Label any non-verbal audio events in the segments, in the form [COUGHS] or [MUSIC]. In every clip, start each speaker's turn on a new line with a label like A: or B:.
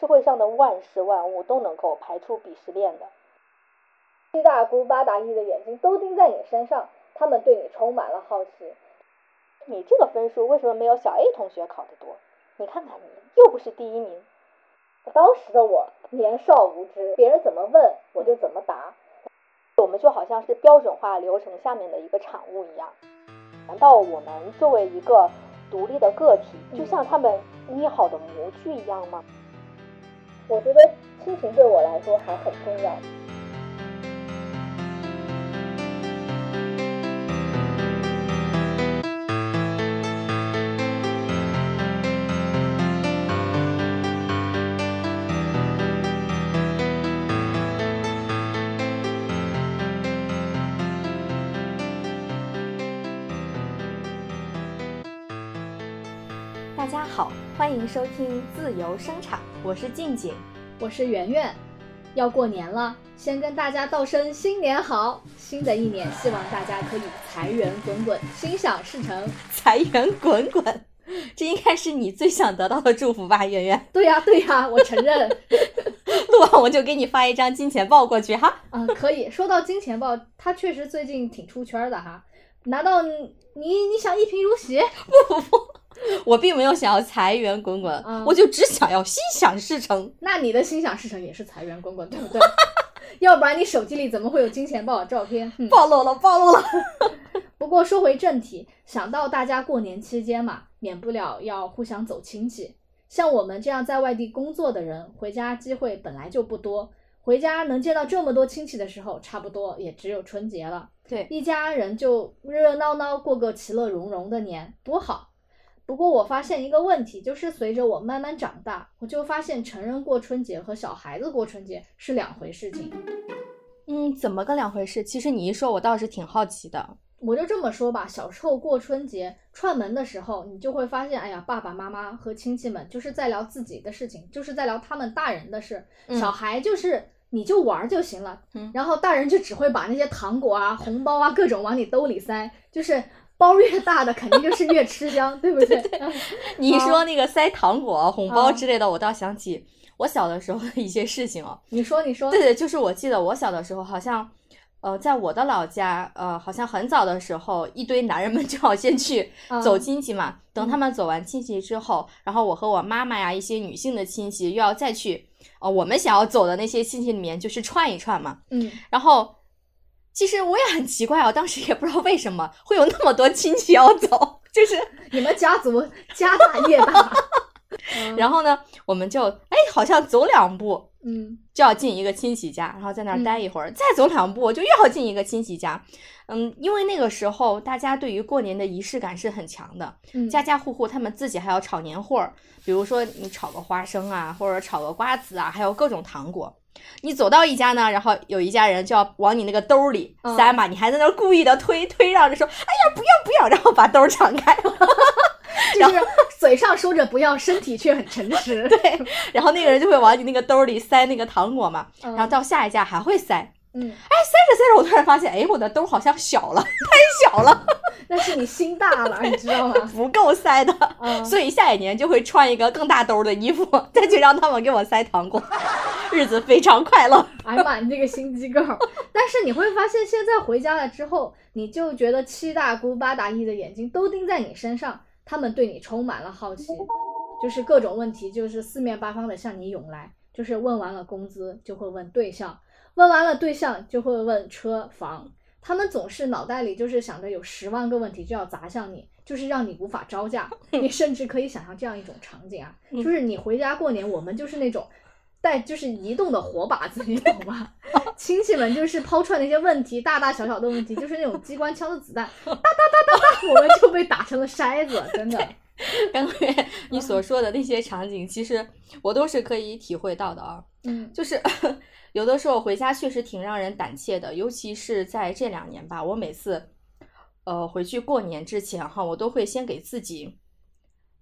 A: 社会上的万事万物都能够排出鄙视链的。
B: 七大姑八大姨的眼睛都盯在你身上，他们对你充满了好奇。
A: 你这个分数为什么没有小 A 同学考得多？你看看你，又不是第一名。
B: 当时的我年少无知，别人怎么问我就怎么答。
A: 我们就好像是标准化流程下面的一个产物一样。难道我们作为一个独立的个体，就像他们捏好的模具一样吗？
B: 我觉得亲情对我来说还很重要。
C: 大家好，欢迎收听自由生产，我是静静。
D: 我是圆圆，要过年了，先跟大家道声新年好！新的一年，希望大家可以财源滚滚，心想事成。
C: 财源滚滚，这应该是你最想得到的祝福吧，圆圆。 [LAUGHS]
D: 对呀、对呀、我承认 [LAUGHS]
C: 录完我就给你发一张金钱豹过去哈。
D: 啊、可以。说到金钱豹，它确实最近挺出圈的哈。难道你你想一贫如洗？
C: 我并没有想要财源滚滚，
D: 嗯
C: 我就只想要心想事成。
D: 那你的心想事成也是财源滚滚，对不对？ [LAUGHS] 要不然你手机里怎么会有金钱豹的照片？嗯
C: 暴露了，暴露了。
D: 不过说回正题，想到大家过年期间嘛，免不了要互相走亲戚。像我们这样在外地工作的人，回家机会本来就不多，回家能见到这么多亲戚的时候，差不多也只有春节了。
C: 对
D: 一家人就热热闹闹过个其乐融融的年，多好。不过我发现一个问题，就是随着我慢慢长大，我就发现成人过春节和小孩子过春节是两回事情。
C: 嗯，怎么个两回事？其实你一说，我倒是挺好奇的。
D: 我就这么说吧，小时候过春节串门的时候，你就会发现，哎呀，爸爸妈妈和亲戚们就是在聊自己的事情，就是在聊他们大人的事，
C: 嗯
D: 小孩就是你就玩儿就行了，
C: 嗯
D: 然后大人就只会把那些糖果啊、红包啊各种往你兜里塞，就是包越大的肯定就是越吃香，对不
C: [LAUGHS]
D: 对？嗯
C: [LAUGHS] 你一说那个塞糖果、红包
D: 啊
C: 之类的，我倒想起我小的时候的一些事情哦。
D: 你说，你说，
C: 对对，就是我记得我小的时候，好像，呃，在我的老家，呃，好像很早的时候，一堆男人们 [LAUGHS] 就要先去
D: 啊
C: 走亲戚嘛。等他们走完亲戚之后，然后我和我妈妈呀，一些女性的亲戚又要再去，呃，我们想要走的那些亲戚里面，就是串一串嘛。
D: 嗯，
C: 然后，其实我也很奇怪，啊我当时也不知道为什么会有那么多亲戚要走， [LAUGHS] 就是
D: 你们家族家大业大，
C: [LAUGHS]
D: 嗯
C: 然后呢，我们就哎，好像走两步，
D: 嗯
C: 就要进一个亲戚家，然后在那儿待一会儿，再走两步就又要进一个亲戚家。嗯，因为那个时候大家对于过年的仪式感是很强的，
D: 嗯，
C: 家家户户他们自己还要炒年货儿，比如说你炒个花生啊，或者炒个瓜子啊，还有各种糖果。你走到一家呢，然后有一家人就要往你那个兜儿里
D: 嗯
C: 塞嘛，你还在那儿故意的推推让着说：“哎呀，不要不要！”然后把兜儿敞开， [LAUGHS]
D: 嗯就是嘴上说着不要，身体却很诚实，对，
C: 然后那个人就会往你那个兜儿里塞那个糖果嘛，
D: [LAUGHS] 嗯
C: 然后到下一家还会塞，
D: 嗯。
C: 塞着塞着，我突然发现，哎，我的兜好像小了， [LAUGHS] 太小了，
D: 那是你心大了，你知道
C: [LAUGHS]
D: 吗？
C: 不够塞的。
D: 嗯，
C: 所以下一年就会穿一个更大兜的衣服，再去让他们给我塞糖果， [LAUGHS] 日子非常快乐。 [LAUGHS]
D: 哎呀妈，你这个心机 girl！但是你会发现，现在回家了之后，你就觉得七大姑八大姨的眼睛都盯在你身上，他们对你充满了好奇，就是各种问题，就是四面八方的向你涌来。就是问完了工资，就会问对象；问完了对象，就会问车房。他们总是脑袋里就是想着有十万个问题就要砸向你，就是让你无法招架。
C: [LAUGHS]
D: 你甚至可以想象这样一种场景啊，
C: 嗯
D: 就是你回家过年，我们就是那种带就是移动的火把子，你懂
C: [LAUGHS]
D: 吗？亲戚们就是抛出来那些问题，大大小小的问题，就是那种机关枪的子弹，
C: [LAUGHS]
D: 哒哒哒哒哒，我们就被打成了筛子，真的。
C: 刚刚你所说的那些场景，其实我都是可以体会到的啊。
D: 嗯
C: 就是 [LAUGHS] 有的时候回家确实挺让人胆怯的，尤其是在这两年吧，我每次呃回去过年之前哈，我都会先给自己，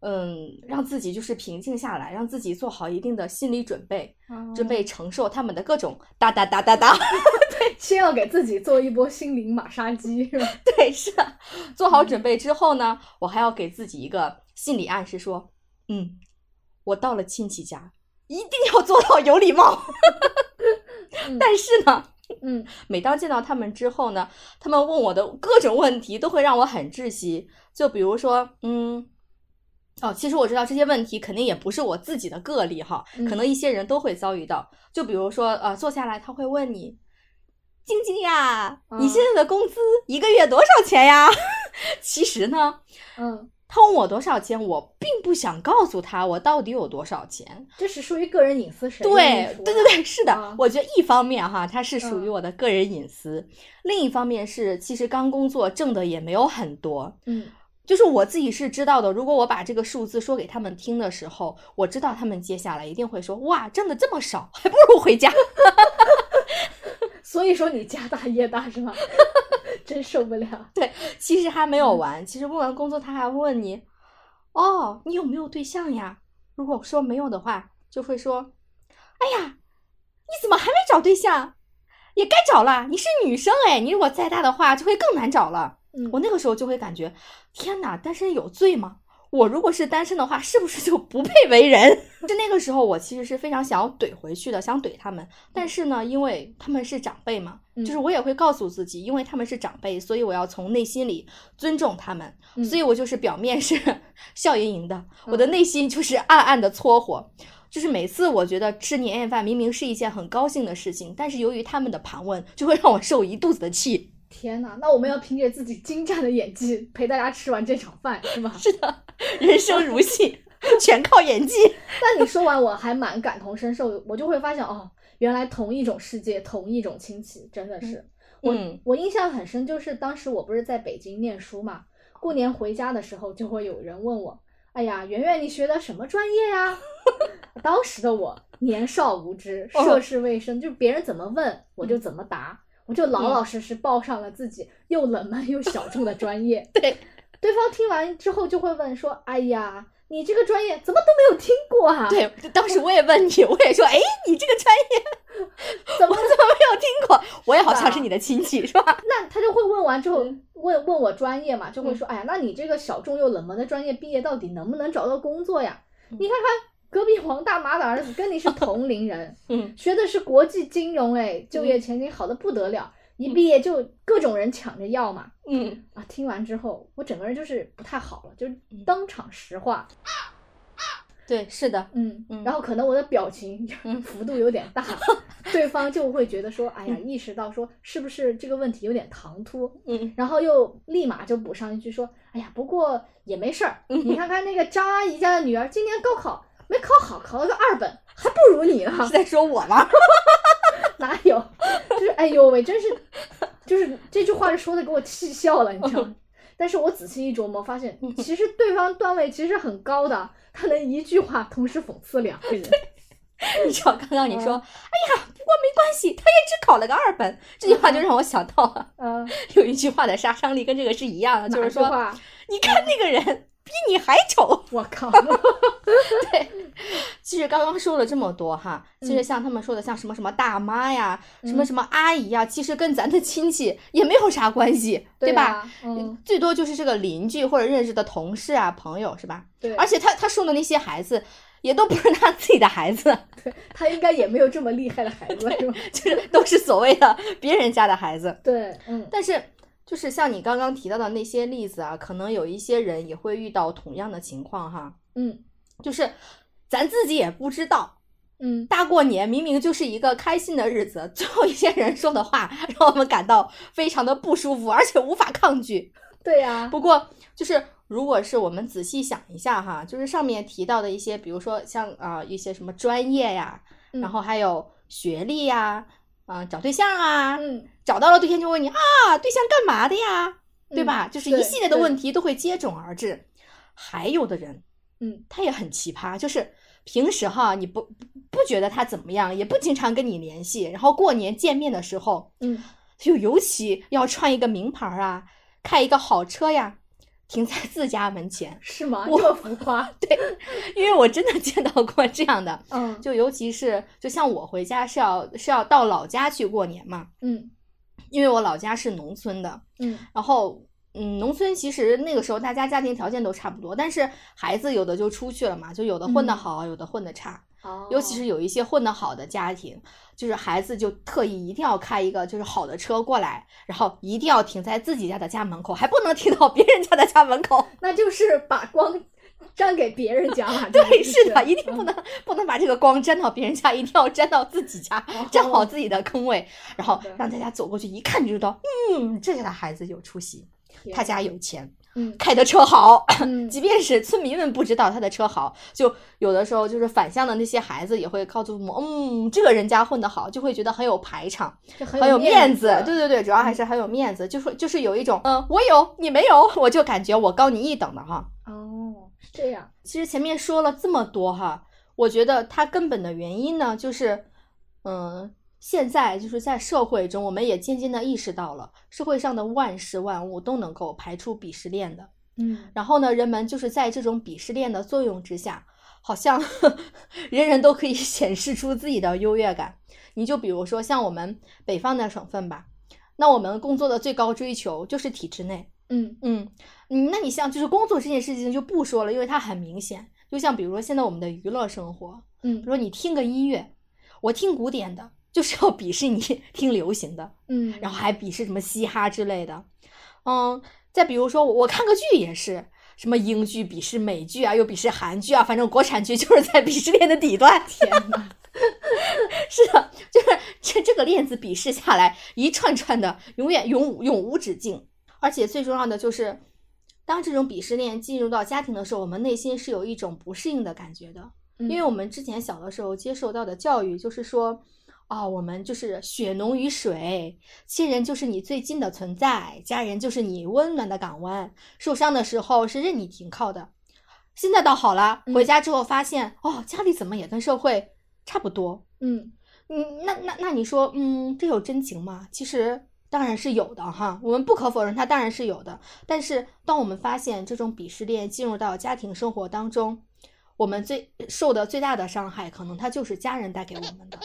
C: 嗯，让自己就是平静下来，让自己做好一定的心理准备，
D: 哦
C: 准备承受他们的各种哒哒哒哒哒。
D: [LAUGHS]
C: [LAUGHS]
D: 先要给自己做一波心灵马杀鸡，是吧？
C: 对，是啊做好准备之后呢，我还要给自己一个心理暗示，说，嗯，我到了亲戚家，一定要做到有礼貌。 [LAUGHS] [LAUGHS]
D: 嗯
C: 但是呢，
D: 嗯，
C: 每当见到他们之后呢，他们问我的各种问题都会让我很窒息。就比如说，嗯，哦，其实我知道这些问题肯定也不是我自己的个例哈，
D: 嗯
C: 可能一些人都会遭遇到。就比如说，呃，坐下来他会问你。静静呀，
D: 嗯
C: 你现在的工资一个月多少钱呀？ [LAUGHS] 其实呢，
D: 嗯，
C: 他问我多少钱，我并不想告诉他我到底有多少钱。
D: 这是属于个人隐私，谁愿意
C: 对
D: 说
C: 对对对，是的，
D: 啊
C: 我觉得一方面哈，它是属于
D: 嗯
C: 我的个人隐私；另一方面是，其实刚工作挣的也没有很多，
D: 嗯
C: 就是我自己是知道的。如果我把这个数字说给他们听的时候，我知道他们接下来一定会说：“哇，挣的这么少，还不如回家。
D: 所以说你家大业大是吧？ [LAUGHS] 真受不了。”
C: 其实还没有完，其实问完工作，他还会问你：“哦，你有没有对象呀？”如果我说没有的话，就会说：“哎呀，你怎么还没找对象？也该找啦！你是女生哎，你如果再大的话，就会更难找了。”
D: 嗯，
C: 我那个时候就会感觉，天哪，单身有罪吗？我如果是单身的话，是不是就不配为人？ [LAUGHS] 就那个时候，我其实是非常想要怼回去的，想怼他们。但是呢，因为他们是长辈嘛，
D: 嗯
C: 就是我也会告诉自己，因为他们是长辈，所以我要从内心里尊重他们。
D: 嗯
C: 所以我就是表面是 [LAUGHS] 笑盈盈的，我的内心就是暗暗的搓火。就是每次我觉得吃年夜饭明明是一件很高兴的事情，但是由于他们的盘问，就会让我受一肚子的气。
D: 天哪，那我们要凭借自己精湛的演技陪大家吃完这场饭是
C: [LAUGHS]
D: 吧？
C: 是的，人生如戏， [LAUGHS] 全靠演技。
D: 但你说完我还蛮感同身受的，我就会发现哦，原来同一种世界，同一种亲戚，真的是。我、
C: 嗯
D: 我印象很深，就是当时我不是在北京念书
C: 嗯
D: 嘛，过年回家的时候就会有人问我，哎呀，圆圆你学的什么专业
C: [LAUGHS]
D: 呀？当时的我年少无知，
C: 哦嗯
D: 涉世未深，就别人怎么问我就怎么答，我就老老实实报上了自己又冷门又小众的专业。
C: [LAUGHS] 对，
D: 对方听完之后就会问说：“哎呀，你这个专业怎么都没有听过
C: [LAUGHS]
D: 啊？
C: 对，当时我也问你，我也说，哎，你这个专业
D: 怎
C: 我怎么
D: 么
C: 没有听过？我也好像是你的亲 [LAUGHS] 戚，是吧？？”
D: 那他就会问完之后
C: 嗯
D: 问问我专业嘛，就会说：“哎呀，那你这个小众又冷门的专业毕业到底能不能找到工作呀？
C: 嗯
D: 你看看隔壁王大妈的儿子跟你是同龄人，
C: 嗯，
D: 学的是国际金融，哎，就业前景好的不得了，一毕业就各种人抢着要嘛。”
C: 嗯，
D: 啊，听完之后，我整个人就是不太好了，就
C: 嗯
D: 当场石化。
C: 对，是的，
D: 嗯
C: 嗯，
D: 然后可能我的表情
C: 嗯
D: 幅度
C: [LAUGHS]
D: 有点大，对方就会觉得说，哎呀，意识到说是不是这个问题有点唐突，
C: 嗯，
D: 然后又立马就补上一句说，哎呀，不过也没事儿，
C: 嗯
D: 你看看那个张阿姨家的女儿今年高考没考好，考了个二本，还不如你呢，
C: 是在说我吗？
D: [LAUGHS] 哪有？就是哎呦喂，真是，就是这句话说的给我气笑了，你知道
C: 嗯
D: 吗？ [LAUGHS] 但是我仔细一琢磨，发现其实对方段位其实很高的，他能一句话同时讽刺两个人。
C: [LAUGHS] 你知道刚刚你说，哎呀，不过没关系，他也只考了个二本，这句话就让我想到了 [LAUGHS]
D: 嗯，
C: 有一句话的杀伤力跟这个是一样的，就是
D: 哪句
C: 说，
D: 话
C: 你看那个人比你还丑。
D: 我
C: [LAUGHS]
D: 靠，
C: 其实刚刚说了这么多哈，其实像他们说的，像什么什么大妈呀，什么
D: 嗯
C: 什么阿姨呀，其实跟咱的亲戚也没有啥关系，对吧？
D: 啊？嗯，
C: 最多就是这个邻居或者认识的同事啊、朋友，是吧？
D: 对，
C: 而且他他说的那些孩子，也都不是他自己的孩子， [LAUGHS]
D: 他应该也没有这么厉害的孩子，是吧？
C: 就是都是所谓的别人家的孩子。
D: 对，嗯
C: 但是，就是像你刚刚提到的那些例子啊，可能有一些人也会遇到同样的情况哈，
D: 嗯
C: 就是咱自己也不知道，
D: 嗯，
C: 大过年明明就是一个开心的日子，最后一些人说的话让我们感到非常的不舒服，而且无法抗拒。
D: 对啊呀，
C: 不过，就是如果是我们仔细想一下哈，就是上面提到的一些，比如说像啊、呃一些什么专业呀，
D: 嗯
C: 然后还有学历呀，啊、找对象啊，
D: 嗯，
C: 找到了对象就问你啊，对象干嘛的呀，对吧？就是一
D: 嗯对
C: 系列的
D: 对
C: 问题都会接踵而至。还有的人，
D: 嗯，
C: 他也很奇葩，就是平时哈你不不不觉得他怎么样，也不经常跟你联系，然后过年见面的时候，
D: 嗯，。
C: 就尤其要穿一个名牌儿啊，开一个好车呀，停在自家门前
D: 是吗？这
C: 我
D: 么浮夸？
C: [LAUGHS] 对，因为我真的见到过这样的，
D: 嗯
C: 就尤其是就像我回家是要是要到老家去过年嘛，
D: 嗯
C: 因为我老家是农村的，
D: 嗯
C: 然后嗯，农村其实那个时候大家家庭条件都差不多，但是孩子有的就出去了嘛，就有的混得好，有的混得差。
D: 嗯哦
C: 尤其是有一些混得好的家庭，就是孩子就特意一定要开一个就是好的车过来，然后一定要停在自己家的家门口，还不能停到别人家的家门口。
D: [LAUGHS] 那就是把光粘给别人
C: [LAUGHS]
D: 家了。对
C: 对，是的，一定
D: 嗯
C: 不能、不能把这个光沾到别人家，一定要沾到自己家，站好自己的坑位，然后
D: 哦的
C: 让大家走过去一看就知道，嗯，这家的孩子有出息，他家有钱，
D: 嗯
C: 开的车好。
D: 嗯
C: 即便是村民们不知道他的车好，就有的时候就是返乡的那些孩子也会告诉父母，嗯，这个人家混得好，就会觉得很有排场，
D: 这很
C: 很有面
D: 子。
C: 对对对，主要还是很有面子，就是就是有一种，嗯，我有你没有，我就感觉我高你一等的哈。
D: 哦，是这样。
C: 其实前面说了这么多哈，我觉得它根本的原因呢，就是，嗯，现在就是在社会中，我们也渐渐的意识到了，社会上的万事万物都能够排除鄙视链的。
D: 嗯，
C: 然后呢，人们就是在这种鄙视链的作用之下，好像 [LAUGHS] 人人都可以 [LAUGHS] 显示出自己的优越感。你就比如说像我们北方的省份吧，那我们工作的最高追求就是体制内。
D: 嗯
C: 嗯，嗯那你像就是工作这件事情就不说了，因为它很明显。就像比如说现在我们的娱乐生活，比
D: 嗯
C: 如说你听个音乐，我听古典的，就是要鄙视你 [LAUGHS] 听流行的，
D: 嗯，
C: 然后还鄙视什么嘻哈之类的。嗯，再比如说我我看个剧也是，什么英剧鄙视美剧啊，又鄙视韩剧啊，反正国产剧就是在鄙视链的底端。 [LAUGHS]
D: 天哪，
C: 是的，就是这这个链子鄙视下来，一串串的，永远永无永无止境。而且最重要的就是，当这种鄙视链进入到家庭的时候，我们内心是有一种不适应的感觉的，因
D: 嗯
C: 为我们之前小的时候接受到的教育就是说。啊、我们就是血浓于水，亲人就是你最近的存在，家人就是你温暖的港湾，受伤的时候是任你停靠的。现在倒好了，回家之后发现，哦，家里怎么也跟社会差不多，
D: 嗯
C: 嗯，那那那你说，嗯，这有真情吗？其实当然是有的哈，我们不可否认，它当然是有的。但是当我们发现这种鄙视链进入到家庭生活当中，我们最受的最大的伤害，可能它就是家人带给我们的。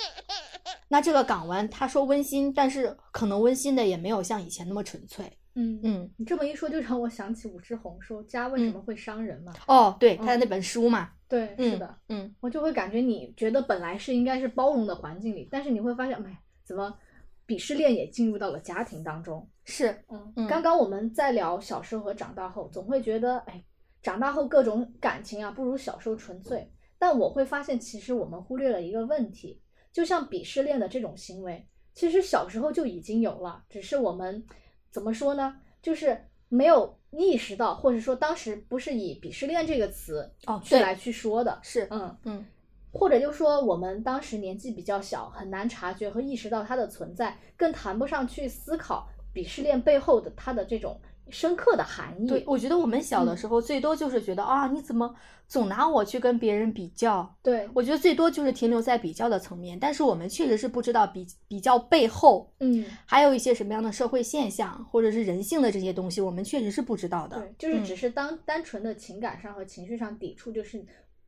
C: 那这个港湾，他说温馨，但是可能温馨的也没有像以前那么纯粹。
D: 嗯嗯，
C: 嗯，
D: 你这么一说，就让我想起武志红说家为什么会伤人嘛？
C: 哦，对，他的那本书嘛，
D: 对，
C: 嗯
D: 嗯是的，
C: 嗯，
D: 我就会感觉你觉得本来是应该是包容的环境里，但是你会发现，哎，怎么鄙视链也进入到了家庭当中？
C: 是，嗯
D: 嗯，刚刚我们在聊小时候和长大后，总会觉得，哎，长大后各种感情啊，不如小时候纯粹。但我会发现，其实我们忽略了一个问题，就像鄙视链的这种行为，其实小时候就已经有了，只是我们怎么说呢？就是没有意识到，或者说当时不是以鄙视链这个词
C: 哦，
D: 去来
C: 对，
D: 去说的。
C: 是，
D: 嗯，
C: 嗯，
D: 或者就说我们当时年纪比较小，很难察觉和意识到它的存在，更谈不上去思考鄙视链背后的它的这种深刻的含义。
C: 对，我觉得我们小
D: 嗯
C: 的时候最多就是觉得、啊，你怎么总拿我去跟别人比较？
D: 对
C: 我觉得最多就是停留在比较的层面，但是我们确实是不知道比比较背后
D: 嗯，
C: 还有一些什么样的社会现象或者是人性的这些东西，我们确实是不知道的。
D: 对，就是
C: 嗯
D: 只是当单纯的情感上和情绪上抵触，就是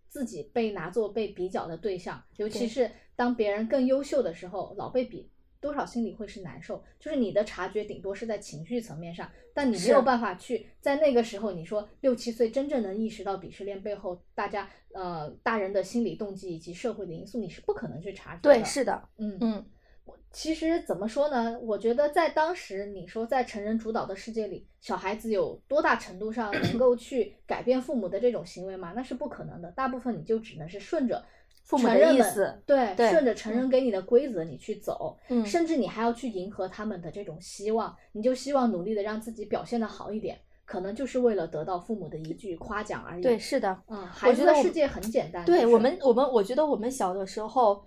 D: 自己被拿作被比较的对象，尤
C: 对
D: 其是当别人更优秀的时候，老被比。多少心里会是难受，就是你的察觉顶多是在情绪层面上，但你没
C: 是
D: 有办法去在那个时候，你说六七岁真正能意识到鄙视链背后大家呃大人的心理动机以及社会的因素，你是不可能去察觉的。
C: 对，是的，
D: 嗯
C: 嗯，
D: 我其实怎么说呢？我觉得在当时，你说在成人主导的世界里，小孩子有多大程度上能够去改变父母的这种行为嘛？那是不可能的。大部分你就只能是顺着
C: 父母
D: 成
C: 的
D: 人
C: 意
D: 们
C: 思，，
D: 对，
C: 对
D: 顺着成人给你的规则你去走，
C: 嗯，
D: 甚至你还要去迎合他们的这种希望，你就希望努力的让自己表现的好一点，可能就是为了得到父母的一句夸奖而已。
C: 对，，是的，
D: 嗯，孩
C: 觉
D: 子
C: 得
D: 的
C: 我
D: 世
C: 们
D: 界很简单。
C: 对
D: 嗯就是
C: 我们，我们我觉得我们小的时候，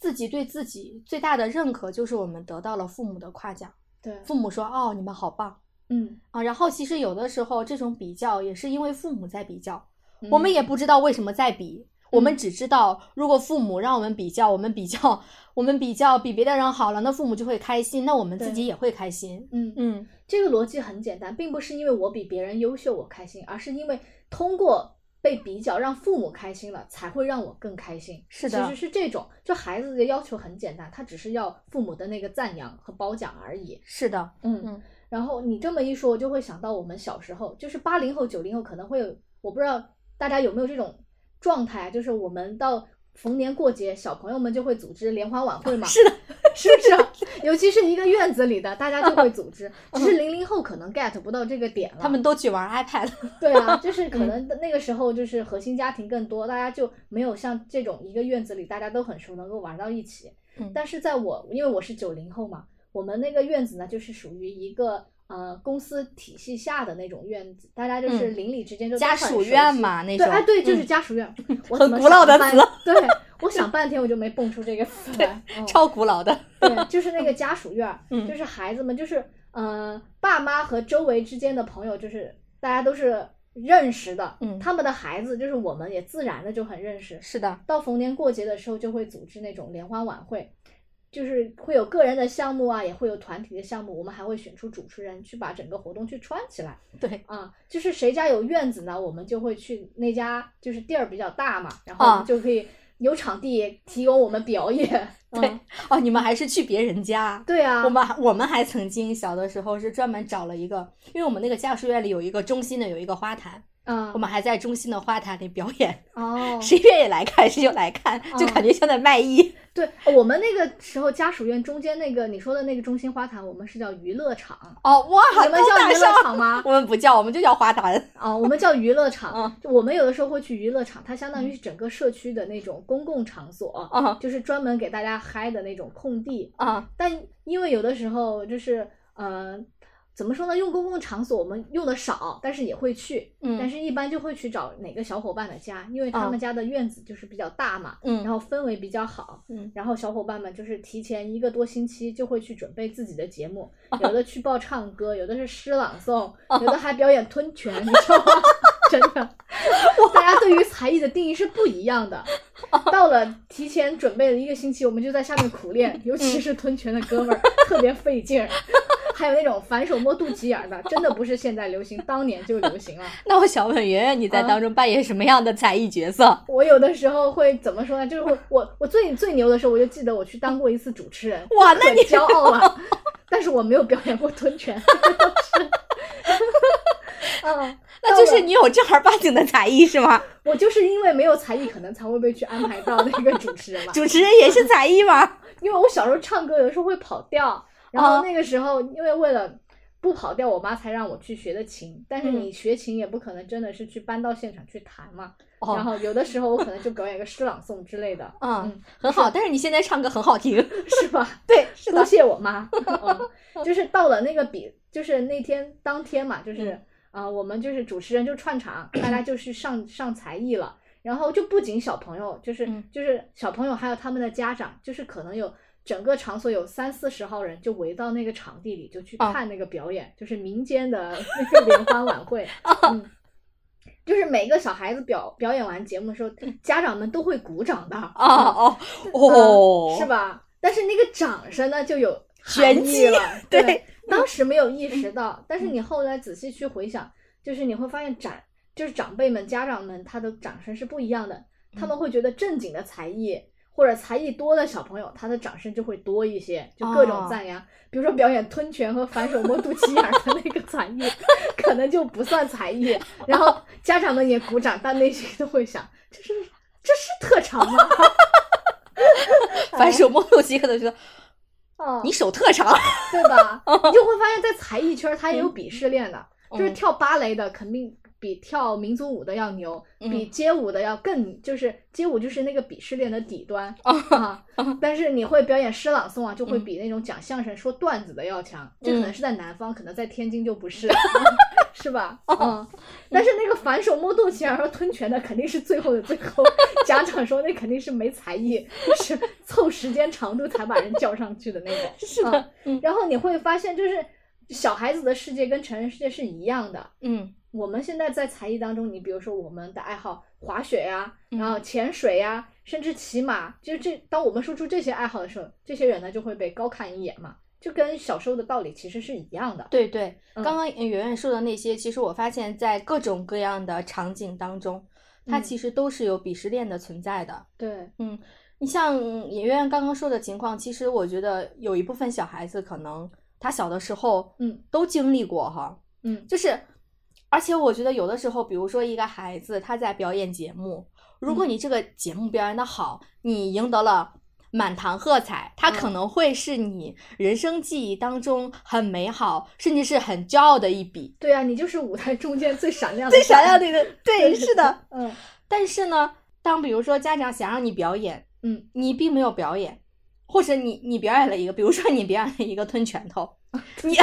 C: 自己对自己最大的认可就是我们得到了父母的夸奖，
D: 对，
C: 父母说哦，你们好棒
D: 嗯，
C: 啊。然后其实有的时候这种比较也是因为父母在比较，
D: 嗯
C: 我们也不知道为什么在比，我们只知道如果父母让我们比较，我们比较，我们比较比别的人好了，那父母就会开心，那我们自己
D: 对
C: 也会开心。
D: 嗯
C: 嗯，
D: 这个逻辑很简单，并不是因为我比别人优秀我开心，而是因为通过被比较让父母开心了，才会让我更开心。
C: 是的
D: 其实是这种，就孩子的要求很简单，他只是要父母的那个赞扬和褒奖而已。
C: 是的，
D: 嗯
C: 嗯
D: 然后你这么一说，我就会想到我们小时候，就是八零后、九零后可能会有，我不知道大家有没有这种状态啊，就是我们到逢年过节，小朋友们就会组织联欢晚会嘛，
C: [LAUGHS] 是的，
D: 是不是啊、 [LAUGHS] 尤其是一个院子里的，大家就会
C: [LAUGHS]
D: 组织。只是零零后可能 get 不到这个点了，
C: 他们都去玩 iPad， [LAUGHS]
D: 对啊，就是可能
C: 嗯
D: 那个时候就是核心家庭更多，大家就没有像这种一个院子里大家都很熟，能够玩到一起。
C: 嗯
D: 但是在我，因为我是九零后嘛，我们那个院子呢，就是属于一个呃公司体系下的那种院子，大家就是
C: 嗯
D: 邻里之间就都
C: 家
D: 很
C: 属
D: 熟
C: 院
D: 悉
C: 嘛那种，
D: 对，哎，对，就是
C: 嗯
D: 家属院，我
C: 很
D: 怎么
C: 古老
D: 想
C: 的
D: 半
C: 词了
D: 对，我想半天我就没蹦出这个词
C: [LAUGHS]
D: 来。嗯
C: 超古老的，
D: 对，就是那个家属院儿，
C: 嗯
D: 就是孩子们，就是呃，爸妈和周围之间的朋友，就是大家都是认识的，
C: 嗯
D: 他们的孩子就是我们也自然的就很认识。
C: 是的，
D: 到逢年过节的时候，就会组织那种联欢晚会，就是会有个人的项目啊，也会有团体的项目，我们还会选出主持人去把整个活动去串起来。
C: 对，
D: 啊，就是谁家有院子呢，我们就会去那家，就是地儿比较大嘛，然
C: 啊
D: 后我们就可以有场地提供我们表演。
C: 对
D: 嗯、
C: 哦，你们还是去别人家。
D: 对啊，
C: 我们还我们还曾经小的时候是专门找了一个，因为我们那个家属院里有一个中心的有一个花坛，
D: 啊
C: 我们还在中心的花坛里表演，
D: 哦，
C: 谁愿意来看谁就来看，就感觉像在卖艺。
D: 对，我们那个时候家属院中间那个你说的那个中心花坛，我们是叫娱乐场，
C: 哦，哇，
D: 你们
C: 高
D: 叫
C: 大
D: 娱
C: 上
D: 乐
C: [LAUGHS]
D: 场吗？
C: 我们不叫，我们就叫花坛。
D: 啊，我们叫娱乐
C: 嗯
D: 场。就我们有的时候会去娱乐场，它相当于是整个社区的那种公共场所，
C: 啊
D: 就是专门给大家嗨的那种空地。
C: 啊，
D: 但因为有的时候就是呃，怎么说呢？用公共场所我们用的少，但是也会去，但
C: 嗯
D: 是一般就会去找哪个小伙伴的家，因为他
C: 嗯
D: 们家的院子就是比较大嘛，
C: 嗯，
D: 然后氛围比较好。
C: 嗯
D: 然后小伙伴们就是提前一个多星期就会去准备自己的节目，
C: 哦
D: 有的去报唱歌，有的是诗朗诵，有的还表演吞拳，你知道吗？ [LAUGHS]
C: [LAUGHS]
D: 真的，大家对于才艺的定义是不一样的。
C: 哦
D: 到了提前准备了一个星期，我们就在下面苦练，尤
C: 嗯
D: 其是吞拳的哥们儿特别费
C: [LAUGHS]
D: 劲儿，还有那种反手摸肚脐眼儿的，真的不是现在流行，当年就流行了。
C: 那我想问圆圆，你在当中扮演什么样的才艺角色？
D: 我有的时候会怎么说呢？就是我我我最最牛的时候，我就记得我去当过一次主持人，
C: 哇那
D: 可
C: 你
D: 骄傲了。 [LAUGHS] 但是我没有表演过吞拳， [LAUGHS] 嗯，
C: 那就
D: 到
C: 是
D: 了
C: 你有正儿八经的才艺是吗？
D: 我就是因为没有才艺，可能才会被去安排到那个主持人嘛。
C: 主持人也是才艺吗？
D: 因为我小时候唱歌有的时候会跑调，然
C: 哦
D: 后那个时候因为为了不跑调，我妈才让我去学的琴。但是
C: 嗯
D: 你学琴也不可能真的是去搬到现场去弹嘛。然
C: [LAUGHS] 哦，
D: 后有的时候我可能就表演个诗朗诵之
C: [LAUGHS]
D: 类的，
C: 嗯
D: 嗯，
C: 很好，但是你现在唱歌很好听。
D: 是吧？
C: [LAUGHS] 对，是
D: 多
C: 的，
D: 谢我
C: [LAUGHS]
D: 妈。嗯，就是到了那个比，就是那天当天嘛，就是
C: 嗯
D: 啊、呃我们就是主持人就串场，大家就去上上才艺了。然后就不仅小朋友，就是、
C: 嗯
D: 就是小朋友，还有他们的家长，就是可能有整个场所有三四十号人，就围到那个场地里就去
C: 哦
D: 看那个表演，就是民间的那个联欢
C: [LAUGHS]
D: 晚会。
C: 哦
D: 嗯就是每个小孩子表表演完节目的
C: [LAUGHS]
D: 时候，家长们都会鼓掌的
C: 哦哦
D: 哦，
C: [LAUGHS] 哦，
D: 是？吧？但是那个掌声呢就有
C: 玄
D: 含义
C: 机
D: 了，
C: 对嗯
D: 对，当时没有意识到，但是你后来仔细去回想，就是你会发现长就是长辈们、家长们他的掌声是不一样的，
C: 嗯
D: 他们会觉得正经的才艺。或者才艺多的小朋友，他的掌声就会多一些，就各
C: 哦
D: 种赞扬。比如说表演吞拳和反手摸肚脐眼儿的那个才艺，可能就不算才艺。然后家长们也鼓掌，但内心都会想：这是这是特长 [LAUGHS] 吗？
C: 反手摸肚脐可能觉得
D: 啊，
C: 你手特长。
D: 对吧？你就会发现，在才艺圈儿它也有鄙视链的，
C: [LAUGHS]
D: 就是
C: 嗯
D: 跳芭蕾的肯定比跳民族舞的要牛，
C: 嗯
D: 比街舞的要更，就是街舞就是那个鄙视链的底端
C: 哦
D: 啊。但是你会表演诗朗诵啊，就会
C: 嗯
D: 比那种讲相声、说段子的要强。这可能是在南方，可能在天津就不
C: [LAUGHS]
D: 是， [LAUGHS] 是吧？
C: 哦
D: 嗯。但是那个反手摸肚脐眼儿和吞拳的肯定是最后的最后。 [LAUGHS] 家长说那肯定是没才艺， [LAUGHS] 是凑时间长度才把人叫上去的那种。
C: 是
D: 嗯 [LAUGHS]
C: 的，嗯
D: 然后你会发现，就是小孩子的世界跟成人世界是一样的。
C: 嗯
D: 我们现在在才艺当中，你比如说我们的爱好滑雪呀、
C: 嗯
D: 然后潜水呀、甚至骑马，就是这当我们说出这些爱好的时候，这些人呢就会被高看一眼嘛，就跟小时候的道理其实是一样的。
C: 对对，
D: 嗯
C: 刚刚圆圆说的那些，其实我发现，在各种各样的场景当中，它
D: 嗯
C: 其实都是有鄙视链的存在的。
D: 对，
C: 你像圆圆刚刚说的情况，其实我觉得有一部分小孩子可能他小的时候，
D: 嗯，
C: 都经历过哈，
D: 嗯
C: 就是，而且我觉得有的时候，比如说一个孩子他在表演节目，如果你这个节目表演的好，你赢得了。满堂喝彩，他可能会是你人生记忆当中很美好，甚至是很骄傲的一笔，
D: 对啊，你就是舞台中间最闪亮
C: [LAUGHS]
D: 的，
C: 最闪亮
D: [LAUGHS]
C: 的一个。 [LAUGHS] 对，是的， [LAUGHS]
D: 嗯，
C: 但是呢，当比如说家长想让你表演，
D: 嗯，
C: 你并没有表演，或者你你表演了一个，比如说你表演了一个吞拳 [LAUGHS] 头，你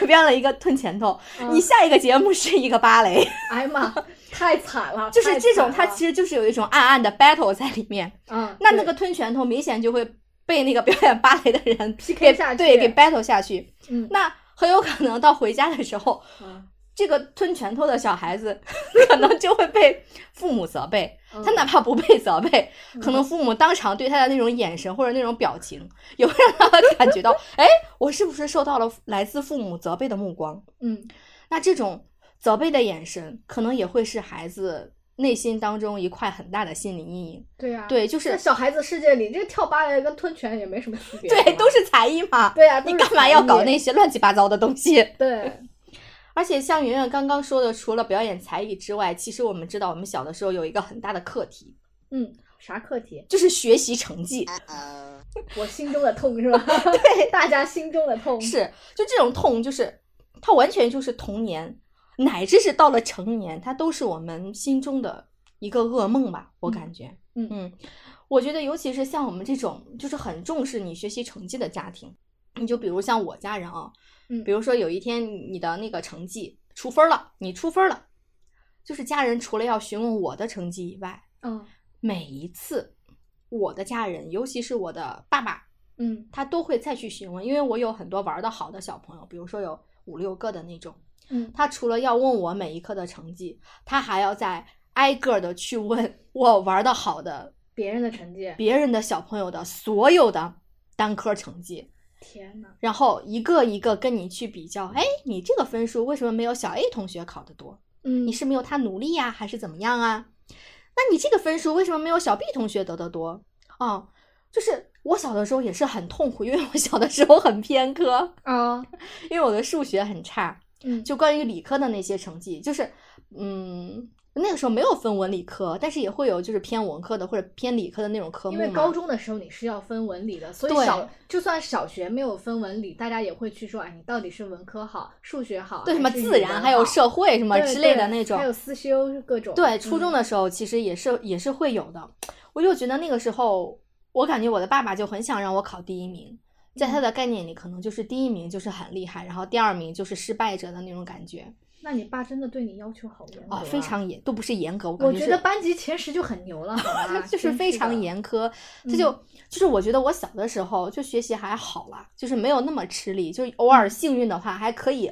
C: 你表演了一个吞拳头，
D: 嗯
C: 你下一个节目是一个芭
D: [LAUGHS]
C: 蕾，
D: 哎呀妈，太惨了，
C: 就是这种，它
D: 他
C: 其实就是有一种暗暗的 battle 在里面。
D: 嗯，
C: 那
D: 对
C: 那个吞拳头明显就会被那个表演芭蕾的
D: [LAUGHS]
C: 人
D: PK
C: 给
D: 下去
C: 对，给 battle 下去。
D: 嗯
C: 那很有可能到回家的时候，
D: 嗯
C: 这个吞拳头的小孩子 [LAUGHS] 可能就会被父母责备。
D: 嗯
C: 他哪怕不被责备，可能父母当场对他的那种眼神或者那种表情，也会让他感觉到， [LAUGHS] 哎，我是不是受到了来自父母责备的目光？
D: 嗯
C: 那这种责备的眼神，可能也会是孩子内心当中一块很大的心理阴影。
D: 对啊，
C: 对，就是
D: 在小孩子世界里，这个跳芭蕾跟吞拳也没什么区别，
C: 对，都
D: 是
C: 是才艺嘛。
D: 对啊，
C: 你
D: 都是
C: 干嘛要
D: 才艺
C: 搞那些乱七八糟的东西？
D: 对，
C: 而且像圆圆刚刚说的，除了表演才艺之外，其实我们知道，我们小的时候有一个很大的课题，
D: 嗯，啥课题？
C: 就是学习成绩。
D: 我心中的
C: [LAUGHS]
D: 痛是吧？对， [LAUGHS] 大家心中的痛
C: 是，就这种痛，就是它完全就是童年，乃至是到了成年，它都是我们心中的一个噩梦吧，我感觉。
D: 嗯
C: 嗯，我觉得尤其是像我们这种就是很重视你学习成绩的家庭，你就比如像我家人啊，
D: 嗯
C: 比如说有一天你的那个成绩出分儿了，你出分儿了，就是家人除了要询问我的成绩以外，
D: 嗯
C: 每一次我的家人，尤其是我的爸爸，
D: 嗯
C: 他都会再去询问，因为我有很多玩的好的小朋友，比如说有五六个的那种，
D: 嗯，
C: 他除了要问我每一科的成绩，他还要再挨个的去问 [LAUGHS] 我玩的好的
D: 别人的成绩，
C: 别人的小朋友的所有的单科成绩，
D: 天呐，
C: 然后一个一个跟你去比较，哎，你这个分数为什么没有小 A 同学考得多？
D: 嗯
C: 你是没有他努力呀、还是怎么样啊？那你这个分数为什么没有小 B 同学得的多啊？就是我小的时候也是很痛苦，因为我小的时候很偏科，
D: 啊，
C: 因为我的数学很差。
D: 嗯
C: 就关于理科的那些成绩，就是嗯，那个时候没有分文理科，但是也会有就是偏文科的或者偏理科的那种科目
D: 因
C: 嘛。
D: 为高中的时候你是要分文理的，所以
C: 啊对
D: 小就算小学没有分文理，大家也会去说，哎，你到底是文科好、数学好，
C: 对什么
D: 还是
C: 自
D: 语文
C: 然还有
D: 好
C: 社会什么
D: 对
C: 之类的
D: 对
C: 那种，
D: 还有嗯思修各种。
C: 对，初中
D: 的
C: 的时候其实也是、也是会有的。我就觉得那个时候，我感觉我的爸爸就很想让我考第一名，在
D: 嗯
C: 他的概念里，可能就是第一名就是很厉害，然后第二名就是失败者的那种感觉
D: 那你爸真的对你要求好严格、
C: 啊、非。常严，都不是严格，我感
D: 我
C: 觉
D: 觉
C: 是
D: 得班级前十就很牛
C: [LAUGHS]
D: 了，好吧？
C: 就是
D: 真
C: 非常
D: 的。嗯
C: 严苛。这就就是我觉得我小的时候就学习还好啦，就是没有那么吃力，就偶尔幸运的话还可以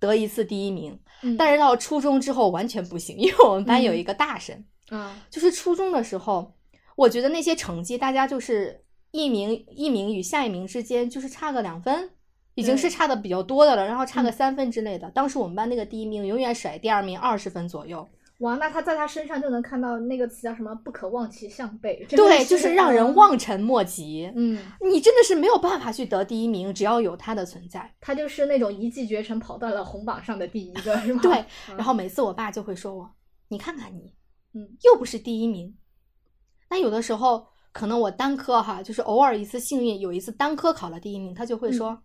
C: 得一次第一名。
D: 嗯
C: 但是到初中之后完全不行， [LAUGHS] 因为我们班有一个大神，
D: 啊，
C: 就是初中的时候，我觉得那些成绩大家就是一名一名与下一名之间就是差个两分。已经是
D: 对
C: 差的比较多的了，然后差个
D: 嗯
C: 三分之类的。当时我们班那个第一名永远甩第二名二十分左右，
D: 哇，那他在他身上就能看到那个词叫什么“不可望其项背”，真的
C: 对，就是让人。望尘莫及。
D: 嗯，
C: 你真的是没有办法去得第一名，只要有他的存在。
D: 他就是那种一骑绝尘跑到了红榜上的第一个，是吗？ [LAUGHS]
C: 对，
D: 嗯
C: 然后每次我爸就会说我，你看看你，
D: 嗯，
C: 又不是第一名。那有的时候可能我单科哈，就是偶尔一次幸运，有一次单科考了第一名，他就会说，
D: 嗯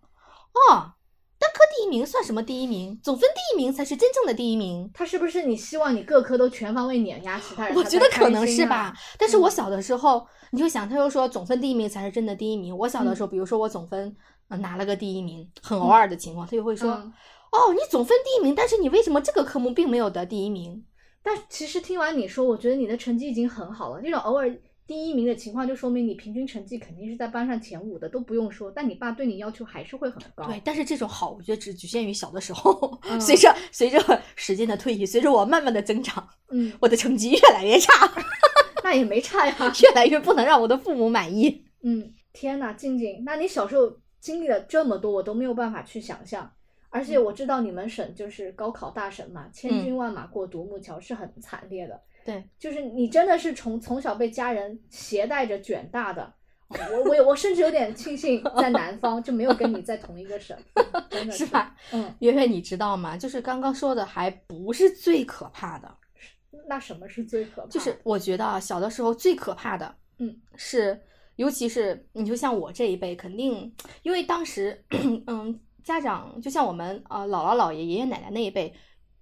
C: 哦，单科第一名算什么第一名？总分第一名才是真正的第一名。
D: 他是不是你希望你各科都全方位碾压其他人？
C: 我
D: 他
C: 觉
D: 才
C: 得可
D: 开
C: 能
D: 心
C: 是
D: 啊
C: 吧，，但是我
D: 嗯
C: 小的时候，你就想，他又说总分第一名才是真的第一名。我小的时
D: 嗯
C: 候，比如说我总分、呃拿了个第一名，很偶尔的情况，他就会说，
D: 嗯
C: 哦，你总分第一名，但是你为什么这个科目并没有得第一名？
D: 但其实听完你说，我觉得你的成绩已经很好了。这种偶尔第一名的情况，就说明你平均成绩肯定是在班上前五的，都不用说。但你爸对你要求还是会很高。
C: 对，，但是这种好，我觉得只局限于小的时候。
D: 哦嗯
C: 随着随着时间的推移，随着我慢慢的增长，
D: 嗯，
C: 我的成绩越来越差，
D: 那也没差呀。
C: 越来越不能让我的父母满意。
D: 嗯，天呐，静静，那你小时候经历了这么多，我都没有办法去想象。而且
C: 嗯
D: 我知道你们省就是高考大省嘛，千军万马过独木桥是很惨烈的。
C: 对，
D: 就是你真的是从从小被家人携带着卷大的。哦我我有我甚至有点庆幸在南方就没有跟你在同一个省，真的
C: [LAUGHS] 是吧？
D: 嗯，
C: 月月，你知道吗？就是刚刚说的还不是最可怕的，
D: 那什么是最可怕？
C: 就是我觉得啊，小的时候最可怕的，
D: 嗯，
C: 是尤其是你就像我这一辈，肯定因为当时， [CLEARS THROAT] 嗯，家长就像我们呃姥姥姥爷、爷爷奶奶那一辈，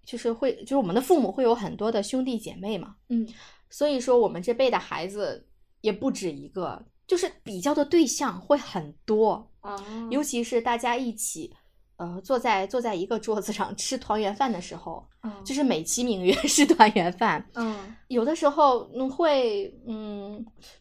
C: 就是会就是我们的父母会有很多的兄弟姐妹嘛，
D: 嗯，
C: 所以说我们这辈的孩子也不止一个，就是比较的对象会很多，
D: 啊，
C: 尤其是大家一起。呃，坐在坐在一个桌子上吃团圆饭的时候，
D: 啊
C: 就是美其名曰 [LAUGHS] 是团圆饭，
D: 嗯
C: 有的时候嗯会嗯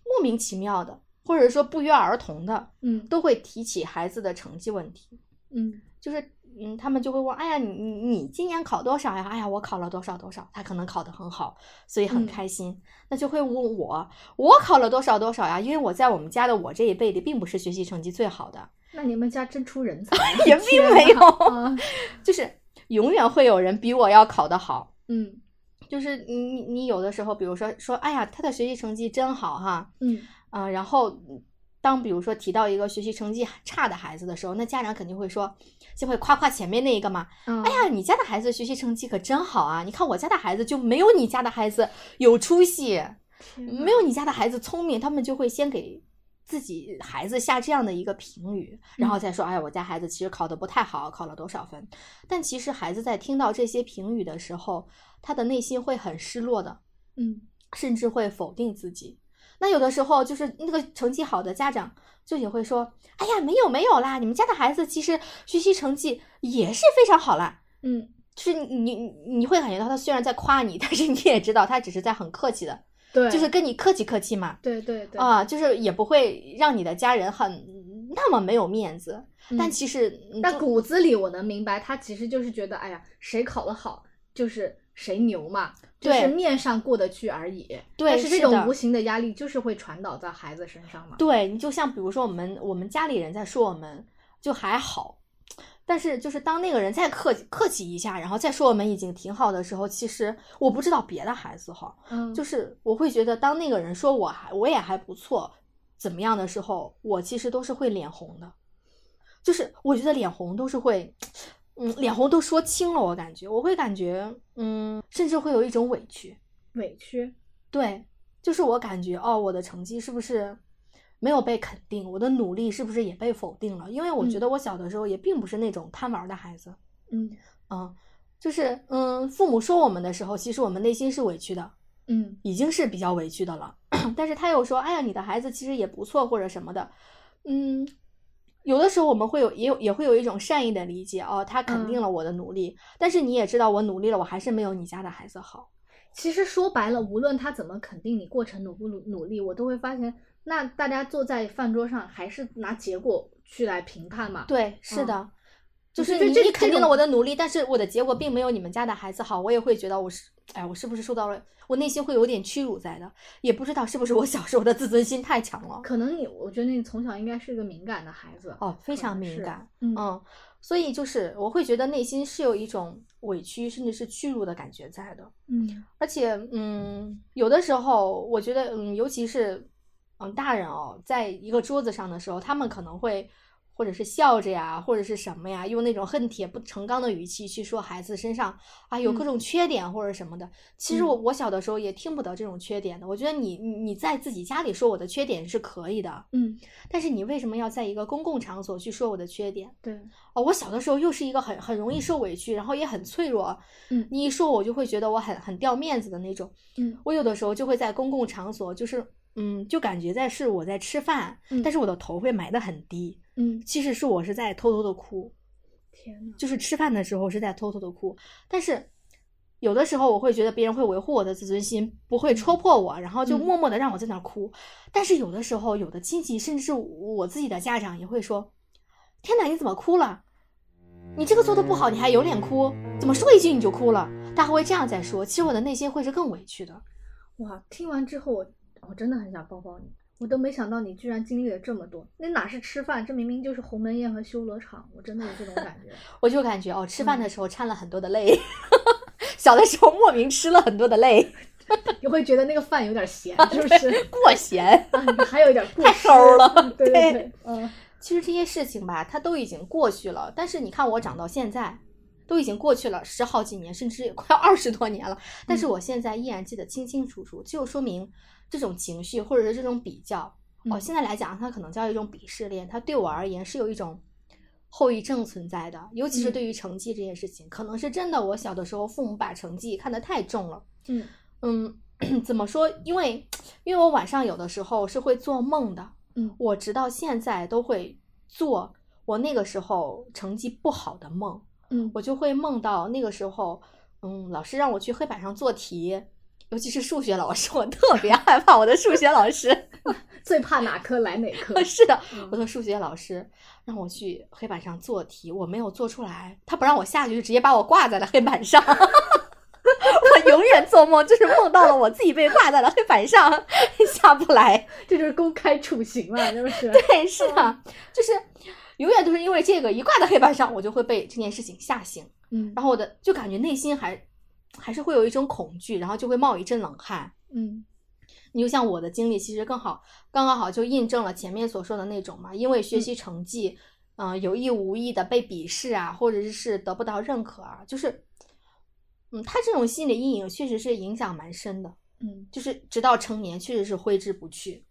C: 莫名其妙的，或者说不约而同的，
D: 嗯
C: 都会提起孩子的成绩问题，
D: 嗯
C: 就是嗯他们就会问，哎呀你你你今年考多少呀？哎呀我考了多少多少，他可能考得很好，所以很
D: 嗯
C: 开心，那就会问我我考了多少多少呀？因为我在我们家的我这一辈里并不是学习成绩最好的，，
D: 那你们家真出人才
C: [LAUGHS]
D: [LAUGHS]
C: 也并没有
D: 啊，
C: 就是永远会有人比我要考得好，
D: 嗯
C: 就是你你你有的时候，比如说说，哎呀，他的学习成绩真好哈，
D: 嗯
C: 啊、然后当比如说提到一个学习成绩差的孩子的时候，那家长肯定会说，就会夸夸前面那一个嘛，
D: 啊，
C: 哎呀，你家的孩子学习成绩可真好啊，你看我家的孩子就没有你家的孩子有出息，
D: 天哪
C: 没有你家的孩子聪明，他们就会先给。自己孩子下这样的一个评语，然后再说，哎，我家孩子其实考得不太好，考了多少分？但其实孩子在听到这些评语的时候，他的内心会很失落的，
D: 嗯
C: 甚至会否定自己。那有的时候就是那个成绩好的家长就也会说：“哎呀，没有没有啦，你们家的孩子其实学习成绩也是非常好啦。
D: 嗯，”
C: 就是你你你会感觉到他虽然在夸你， [LAUGHS] 但是你也知道他只是在很客气的，
D: 对，
C: 就是跟你客气客气嘛。
D: 对对对，
C: 啊，就是也不会让你的家人很那么没有面子。
D: 嗯
C: 但其实，嗯
D: 但
C: 就
D: 骨子里我能明白，他其实就是觉得，哎呀，谁考得好就是谁牛嘛，就
C: 对
D: 是面上过得去而已。
C: 对
D: 但是这
C: 是的
D: 种无形的压力就是会传导到孩子身上嘛。
C: 对你就像比如说我们我们家里人在说我们就还好，但是就是当那个人再客气客气一下，然后再说我们已经挺好的时候，其实我不知道别的孩子哈，
D: 嗯，
C: 就是是我会觉得当那个人说我还我也还不错怎么样的时候，我其实都是会脸红的，就是我觉得脸红都是会。嗯，脸红都说青了，我感觉，我会感觉，嗯，甚至会有一种委屈，
D: 委屈。
C: 对，就是我感觉哦，我的成绩是不是没有被肯定？我的努力是不是也被否定了？因为我觉
D: 嗯
C: 得我小的时候也并不是那种贪玩儿的孩子，
D: 嗯
C: 嗯，就是嗯，父母说我们的时候，其实我们内心是委屈的，
D: 嗯
C: 已经是比较委屈的了。 [COUGHS] 但是他又说，哎呀，你的孩子其实也不错，或者什么的，嗯。有的时候我们会有，也有也会有一种善意的理解哦，他肯定
D: 嗯
C: 了我的努力，但是你也知道我努力了，我还是没有你家的孩子好。
D: 其实说白了，无论他怎么肯定你过程努不努努力，我都会发现，那大家坐在饭桌上还是拿结果去来评判嘛。
C: 对，是
D: 嗯
C: 的，就
D: 就是这
C: 你
D: 这
C: 你
D: 这
C: 肯定了
D: 种
C: 我的努力，但是我的结果并没有你们家的孩子好，我也会觉得我是，哎，我是不是受到了，我内心会有点屈辱在的，也不知道是不是我小时候的自尊心太强了，
D: 可能你，我觉得你从小应该是个敏感的孩子。
C: 哦，非
D: 可
C: 常
D: 能
C: 敏
D: 是
C: 感，
D: 嗯
C: 嗯，所以就是我会觉得内心是有一种委屈甚至是屈辱的感觉在的，
D: 嗯
C: 而且，嗯，有的时候我觉得，嗯，尤其是，嗯，大人哦，在一个桌子上的时候，他们可能会，或者是笑着呀，或者是什么呀，用那种恨铁不成钢的语气去说孩子身上啊有各
D: 嗯
C: 种缺点或者什么的。其实我
D: 嗯
C: 我小的时候也听不得这种缺点的。我觉得你你你在自己家里说我的缺点是可以的，
D: 嗯，
C: 但是你为什么要在一个公共场所去说我的缺点？
D: 对，
C: 哦，我小的时候又是一个很很容易受委屈，然后也很脆弱，
D: 嗯
C: 你一说我就会觉得我很很掉面子的那种。
D: 嗯
C: 我有的时候就会在公共场所，就是嗯，就感觉在是我在吃饭，
D: 嗯
C: 但是我的头会埋得很低，
D: 嗯，
C: 其实是我是在偷偷的哭，
D: 天呐，
C: 就是吃饭的时候是在偷偷的哭，但是。有的时候我会觉得别人会维护我的自尊心，不会戳破我，然后就
D: 嗯
C: 默默的让我在那儿哭。但是有的时候，有的亲戚甚至是我自己的家长也会说：“天哪，你怎么哭了？你这个做的不好，你还有脸哭？怎么说一句你就哭了？”他还会这样再说。其实我的内心会是更委屈的。
D: 哇，听完之后我我真的很想抱抱你，我都没想到你居然经历了这么多，那哪是吃饭，这明明就是鸿门宴和修罗场，我真的有这种感 [LAUGHS] 觉。
C: 我就 [LAUGHS]
D: 嗯 [LAUGHS]
C: 感觉哦，吃饭的时候掺了很多的泪，小的时候莫名吃了很多的泪，
D: 你会觉得那个饭有点咸，是不是？
C: 过咸。
D: 啊，还有一点过
C: 太
D: 湿
C: 齁了
D: 对
C: 对
D: 对对，嗯，
C: 其实这些事情吧，它都已经过去了。但是你看我长到现在，都已经过去了十好几年，甚至快二十多年了。但
D: 嗯
C: 是我现在依然记得清清楚楚，就说明这种情绪或者是这种比较，哦，
D: 嗯
C: 现在来讲，它可能叫一种鄙视链，它对我而言是有一种后遗症存在的，尤其是
D: 嗯
C: 对于成绩这件事情，可能是真的，我小的时候父母把成绩看得太重了。
D: [LAUGHS] 嗯
C: 嗯， [CLEARS THROAT] 怎么说？因为因为我晚上有的时候是会做梦的，
D: 嗯
C: 我直到现在都会做我那个时候成绩不好的梦，
D: 嗯
C: 我就会梦到那个时候，嗯，老师让我去黑板上做题。尤其是数学老师，我特别害怕我的数学老师。。
D: 最怕哪科来哪 [LAUGHS] 科
C: 是的，
D: 嗯
C: 我的数学老师让我去黑板上做题，我没有做出来，他不让我下去，就直接把我挂在了黑板上。 [LAUGHS] 我永远做梦，就是梦到了我自己被挂在了黑板上， [LAUGHS] 下不来。
D: 这就是公开处刑了， [LAUGHS] 就是。
C: 对，是的，就是永远都是因为这个一挂在黑板上，我就会被这件事情吓醒，
D: 嗯
C: 然后我的就感觉内心还还是会有一种恐惧，然后就会冒一阵冷汗。
D: 嗯
C: 你就像我的经历，其实更好，刚刚好就印证了前面所说的那种嘛，因为学习成绩，嗯、有意无意的被鄙视啊，或者是得不到认可啊，就是，嗯，他这种心理阴影确实是影响蛮深的，
D: 嗯，
C: 就是直到成年确实是挥之不去。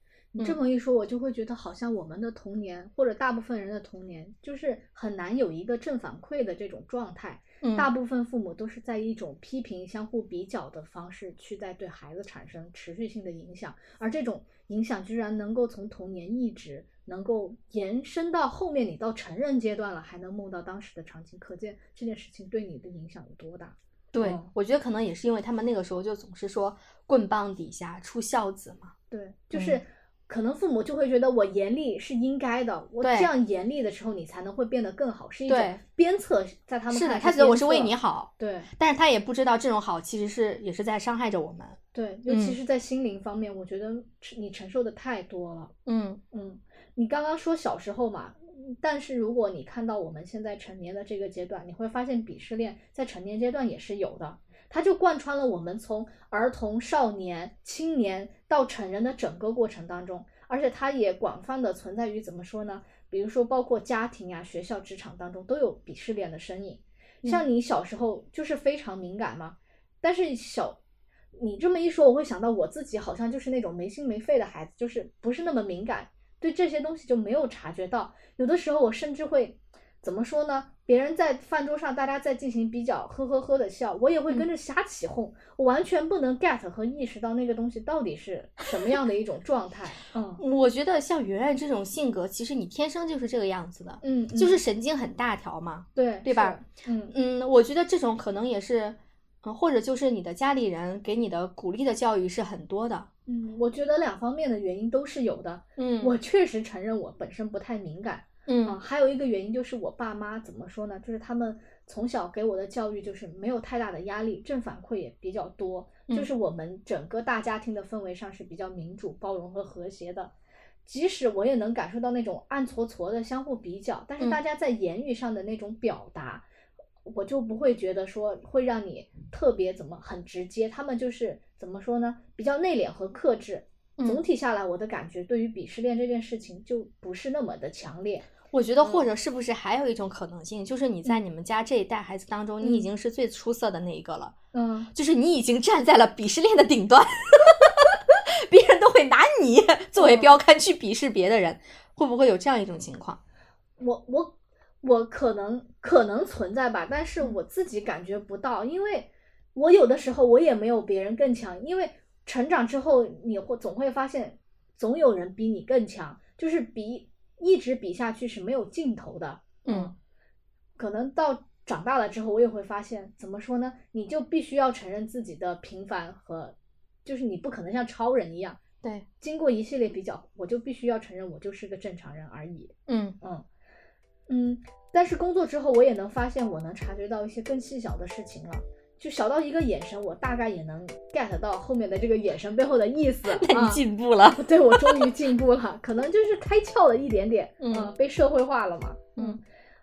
C: 嗯
D: 你这么一说，我就会觉得好像我们的童年或者大部分人的童年，就是很难有一个正反馈的这种状态。
C: 嗯
D: 大部分父母都是在一种批评、相互比较的方式去在对孩子产生持续性的影响，而这种影响居然能够从童年一直能够延伸到后面，你到成人阶段了，还能梦到当时的场景，可见这件事情对你的影响有多大。
C: 对
D: 嗯，
C: 我觉得可能也是因为他们那个时候就总是说棍棒底下出孝子嘛，
D: 对，就是。
C: 嗯
D: 可能父母就会觉得我严厉是应该的，我
C: 对
D: 这样严厉的时候，你才能会变得更好，是一
C: 对
D: 种鞭策，在他们
C: 是
D: 看
C: 的，
D: 来
C: 他觉得我是
D: 鞭
C: 为
D: 策
C: 你，好，
D: 对
C: 但是他也不知道这种好其实是也是在伤害着我们。
D: 对，尤其
C: 嗯
D: 是在心灵方面，我觉得你承受的太多了。
C: 嗯
D: 嗯，你刚刚说小时候嘛，但是如果你看到我们现在成年的这个阶段，你会发现鄙视链在成年阶段也是有的，它就贯穿了我们从儿童、少年、青年到成人的整个过程当中，而且它也广泛的存在于怎么说呢？比如说包括家庭呀、学校、职场当中都有鄙视链的身影。像你小时候就是非常敏感嘛，但是小，你这么一说，我会想到我自己好像就是那种没心没肺的孩子，就是不是那么敏感，对这些东西就没有察觉到。有的时候我甚至会怎么说呢？别人在饭桌上大家在进行比较，呵呵呵的笑，我也会
C: 嗯
D: 跟着瞎起哄，我完全不能 get 和意识到那个东西到底是什么样的一种状态。
C: [LAUGHS]
D: 嗯
C: 我觉得像圆圆这种性格，其实你天生就是这个样子的，
D: 嗯，
C: 就是
D: 嗯
C: 神经很大条嘛。
D: 对
C: 对吧
D: 是？嗯
C: 嗯，我觉得这种可能也是，嗯，或者就是你的家里人给你的鼓励的教育是很多的。
D: 嗯，我觉得两方面的原因都是有的。
C: 嗯
D: 我确实承认我本身不太敏感。啊，
C: 嗯
D: 还有一个原因就是我爸妈怎么说呢？就是他们从小给我的教育就是没有太大的压力，正反馈也比较多，就
C: 嗯
D: 是我们整个大家庭的氛围上是比较民主、包容和和谐的。即使我也能感受到那种暗搓搓的相互比较，但是大
C: 嗯
D: 家在言语上的那种表达，我就不会觉得说会让你特别怎么很直接。他们就是怎么说呢？比较内敛和克制。
C: 嗯
D: 总体下来，我的感觉对于鄙视链这件事情就不是那么的强烈。
C: 我
D: 嗯
C: 觉得或者是不是还有一种可能性，就是你在你们家这一代孩子当中，你已
D: 嗯
C: 经是最出色的那一个了，
D: 嗯，
C: 就是你已经站在了鄙视链的顶端， [LAUGHS] 别人都会拿你作为
D: 嗯
C: 标杆去鄙视别的人，会不会有这样一种情况？
D: 我我我可能可能存在吧，但是我自己感觉不到，因为我有的时候我也没有别人更强，因为成长之后你会总会发现，总有人比你更强，就是比一直比下去是没有尽头的。
C: 嗯，
D: 可能到长大了之后，我也会发现，怎么说呢？你就必须要承认自己的平凡和，就是你不可能像超人一样。
C: 对，
D: 经过一系列比较，我就必须要承认我就是个正常人而已。
C: 嗯
D: 嗯，嗯，但是工作之后，我也能发现，我能察觉到一些更细小的事情了。就小到一个眼神，我大概也能 get 到后面的这个眼神背后的意思。
C: [LAUGHS] 那你
D: 啊
C: 进步了。
D: 对我终于进步了，可能就是开窍了一点点，
C: 嗯
D: 呃被社会化了嘛，
C: 嗯，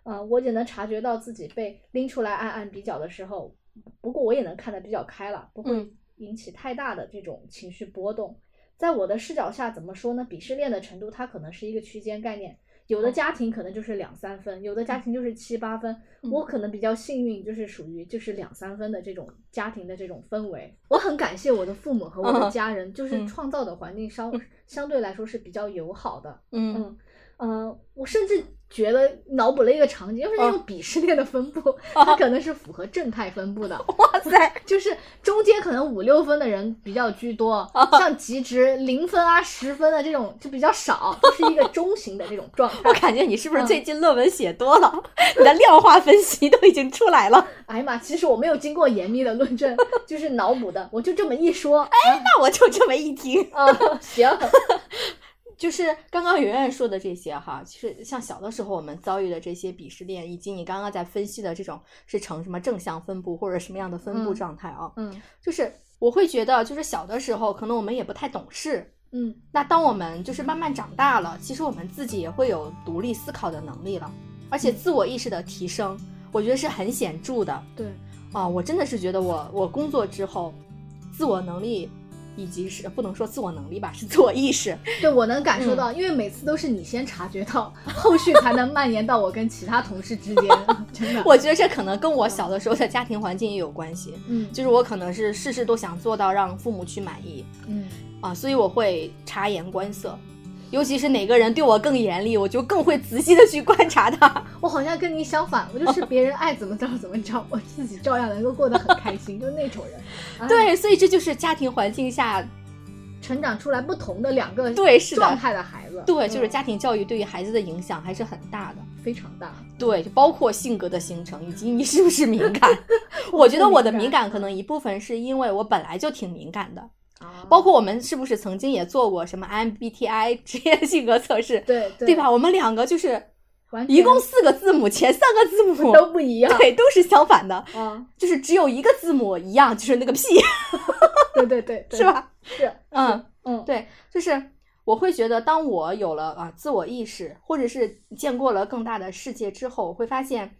D: 呃，我也能察觉到自己被拎出来暗暗比较的时候，不过我也能看得比较开了，不会
C: 嗯
D: 引起太大的这种情绪波动。在我的视角下，怎么说呢？鄙视链的程度，它可能是一个区间概念。有的家庭可能就是两三分，有的家庭就是七八分。
C: 嗯
D: 我可能比较幸运，就是属于就是两三分的这种家庭的这种氛围。我很感谢我的父母和我的家人，就是
C: 嗯
D: 创造的环境相相对来说是比较友好的。
C: 嗯
D: 嗯嗯，我甚至觉得脑补了一个场景，要是
C: 嗯
D: 用鄙视链的分布，它可能是符合正态分布的。
C: 哇塞，
D: [LAUGHS] 就是中间可能五六分的人比较居多，
C: 嗯
D: 像极值零分啊、十分的这种就比较少，就是一个中型的这种状态
C: 我。感觉你是不是最近论文写多了？你的量化分析都已经出来了。
D: 哎呀妈，其实我没有经过严密的论证， [LAUGHS] 就是脑补的，我就这么一说。
C: 那我就这么一听，
D: 啊、 [LAUGHS] 行，
C: 就是刚刚圆圆说的这些哈，其实像小的时候我们遭遇的这些鄙视链，以及你刚刚在分析的这种是呈什么正向分布或者什么样的分布
D: 嗯
C: 状态啊，
D: 嗯
C: 就是我会觉得，就是小的时候可能我们也不太懂事，
D: 嗯
C: 那当我们就是慢慢长大了，其实我们自己也会有独立思考的能力了，而且自我意识的提升，我觉得是很显著的
D: 对，
C: 啊！我真的是觉得我我工作之后，自我能力以及是不能说自我能力吧，是自我意识，
D: 对我能
C: 嗯
D: 感受到，因为每次都是你先察觉到，后续才能蔓延到我跟其他同事之间， [LAUGHS] 真的。
C: 我觉得这可能跟我小的时候的家庭环境也有关系，
D: 嗯
C: 就是我可能是事事都想做到让父母去满意，
D: 嗯，
C: 啊，所以我会察言观色，尤其是哪个人对我更严厉，我就更会仔细的去观察他。
D: 我好像跟你相反，我就是别人爱怎么着怎么着，我自己照样能够过得很开心，就那种人。哎，
C: 对，所以这就是家庭环境下，
D: 成长出来不同的两个
C: 对是的
D: 状态的孩子，
C: 对，就是
D: 嗯
C: 家庭教育对于孩子的影响还是很大的。
D: 非常大。
C: 对，就包括性格的形成以及你是不是敏
D: [LAUGHS]
C: 感。我觉得我的
D: 敏
C: 敏
D: 感
C: 感可能一部分是因为我本来就挺敏感的，
D: 啊
C: 包括我们是不是曾经也做过什么 MBTI [LAUGHS] 职业性格测试，
D: 对对
C: 对？吧？我们两个就是
D: 完全
C: 一共四个字母，前三个字母
D: 都不一样
C: [LAUGHS] 对都是相反的。
D: 啊！
C: 就是只有一个字母一样，就是那个 P，
D: 对对对，对
C: 是？吧？
D: 是，
C: 嗯，
D: 嗯，
C: 对，就是我会觉得，当我有了啊自我意识，或者是见过了更大的世界之后，我会发现，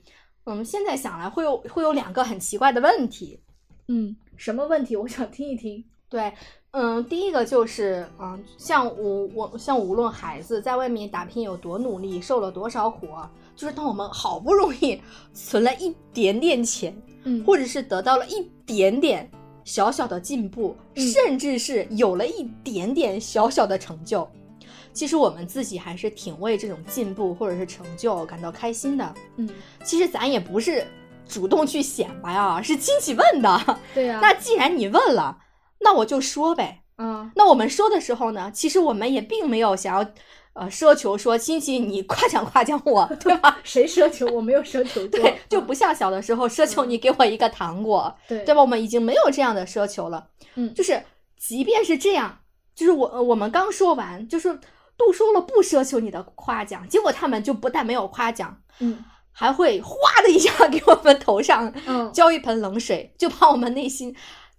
C: 嗯，现在想来会有会有两个很奇怪的问题。
D: 嗯，什么问题？我想听一听。
C: 对，嗯，第一个就是，嗯，像我我像无论孩子在外面打拼有多努力，受了多少苦啊，就是当我们好不容易存了一点点钱，
D: 嗯
C: 或者是得到了一点点小小的进步，
D: 嗯
C: 甚至是有了一点点小小的成就，其实我们自己还是挺为这种进步或者是成就感到开心的。
D: 嗯，
C: 其实咱也不是主动去显摆啊，是亲戚问的。
D: 对呀，
C: [LAUGHS] 那既然你问了，那我就说呗。
D: 啊，
C: 那我们说的时候呢，其实我们也并没有想要。呃，奢求说亲戚你夸奖夸奖我，对吧？
D: 谁奢求？我没有奢求过，嗯
C: 对，就不像小的时候奢求你给我一个糖果，
D: 对
C: 对吧？我们已经没有这样的奢求了。
D: 嗯
C: 就是即便是这样，就是我呃我们刚说完，就是杜说了不奢求你的夸奖，结果他们就不但没有夸奖，
D: 嗯
C: 还会哗的一下给我们头上
D: 嗯，
C: 浇一盆冷水，就把我们内心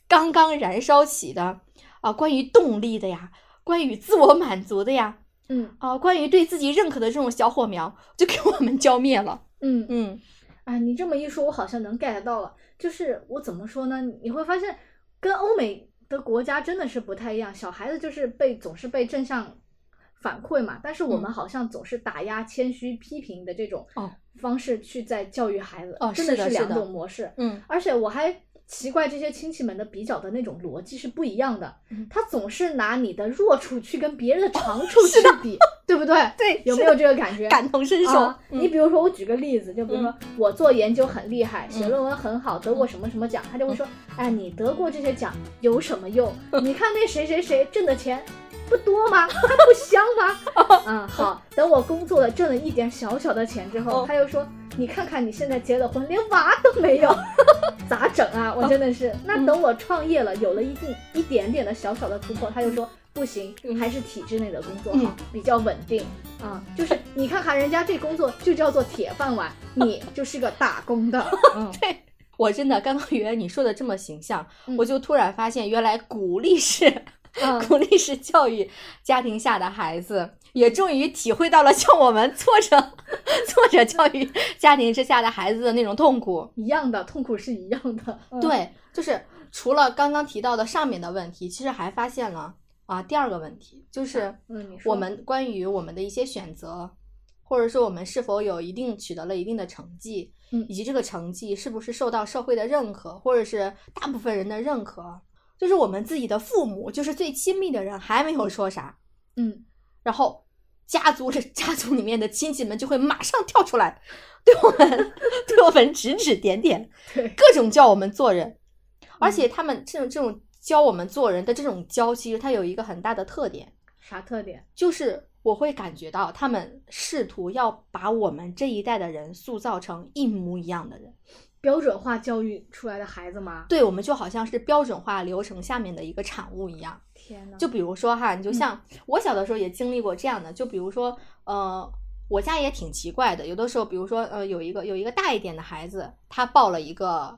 C: 刚刚燃烧起的啊，关于动力的呀，关于自我满足的呀，
D: 嗯
C: 啊，关于对自己认可的这种小火苗，就给我们浇灭了。
D: 嗯
C: 嗯
D: 哎，你这么一说，我好像能 get 到了。就是我怎么说呢？你会发现，跟欧美的国家真的是不太一样。小孩子就是被总是被正向反馈嘛，但是我们
C: 嗯
D: 好像总是打压、谦虚、批评的这种
C: 哦
D: 方式去在教育孩子，
C: 哦
D: 真
C: 是的
D: 是
C: 是
D: 两
C: 的
D: 种模式。
C: 嗯，
D: 而且我还奇怪这些亲戚们的比较的那种逻辑是不一样的，
C: 嗯
D: 他总是拿你的弱处去跟别人的长处去比，对不对？
C: 对，
D: 有没
C: 是
D: 有这个感觉？
C: 的啊感同身受？
D: 啊，
C: 嗯
D: 你比如说，我举个例子，就比如说我做研究很厉害，
C: 嗯
D: 写论文很好，得过什么什么奖，他就会说，哎，你得过这些奖有什么用？你看那谁谁谁挣的钱。不多吗？他不香
C: [LAUGHS]
D: 吗？嗯，好。等我工作了，挣了一点小小的钱之后，
C: 哦
D: 他又说：“你看看你现在结了婚，连娃都没有，咋整啊？”
C: 哦
D: 我真的是。
C: 嗯
D: 那等我创业了，有了一定一点点的小小的突破，他又说：“不行，还是体制内的工作好
C: 嗯，
D: 比较稳定。”啊、就是你看看人家这工作就叫做铁
C: [LAUGHS]
D: 饭碗，你就是个打工的。 [LAUGHS] 嗯，
C: 对我真的刚刚圆圆你说的这么形象，
D: 嗯
C: 我就突然发现，原来鼓励式、
D: 嗯
C: [LAUGHS] 鼓励式教育家庭下的孩子，也终于体会到了 [LAUGHS] 像我们挫折 [LAUGHS] 挫折教育家庭之下的孩子的那种痛苦。
D: 一样的痛苦是一样的。嗯，
C: 对，就是除了刚刚提到的上面的问题，其实还发现了啊第二个问题，就是
D: 嗯你说
C: 我们关于我们的一些选择，或者说我们是否有一定取得了一定的成绩，
D: 嗯
C: 以及这个成绩是不是受到社会的认可，或者是大部分人的认可，就是我们自己的父母，就是最亲密的人还没有说啥，
D: 嗯，
C: 然后家族里家族里面的 [LAUGHS] 亲戚们就会马上跳出来，对我们 [LAUGHS] 对我们指指点点，
D: 对，
C: 各种教我们做人，而且他们这种这种教我们做人的这种教，其实它有一个很大的特点，
D: 啥特点？
C: 就是我会感觉到他们试图要把我们这一代的人塑造成一模一样的人，
D: 标准化教育出来的孩子吗？
C: 对我们就好像是标准化流程下面的一个产物一样。
D: 天呐，
C: 就比如说哈，你就像、我小的时候也经历过这样的，就比如说，呃，我家也挺奇怪的，有的时候，比如说，呃，有一个有一个大一点的孩子，他报了一个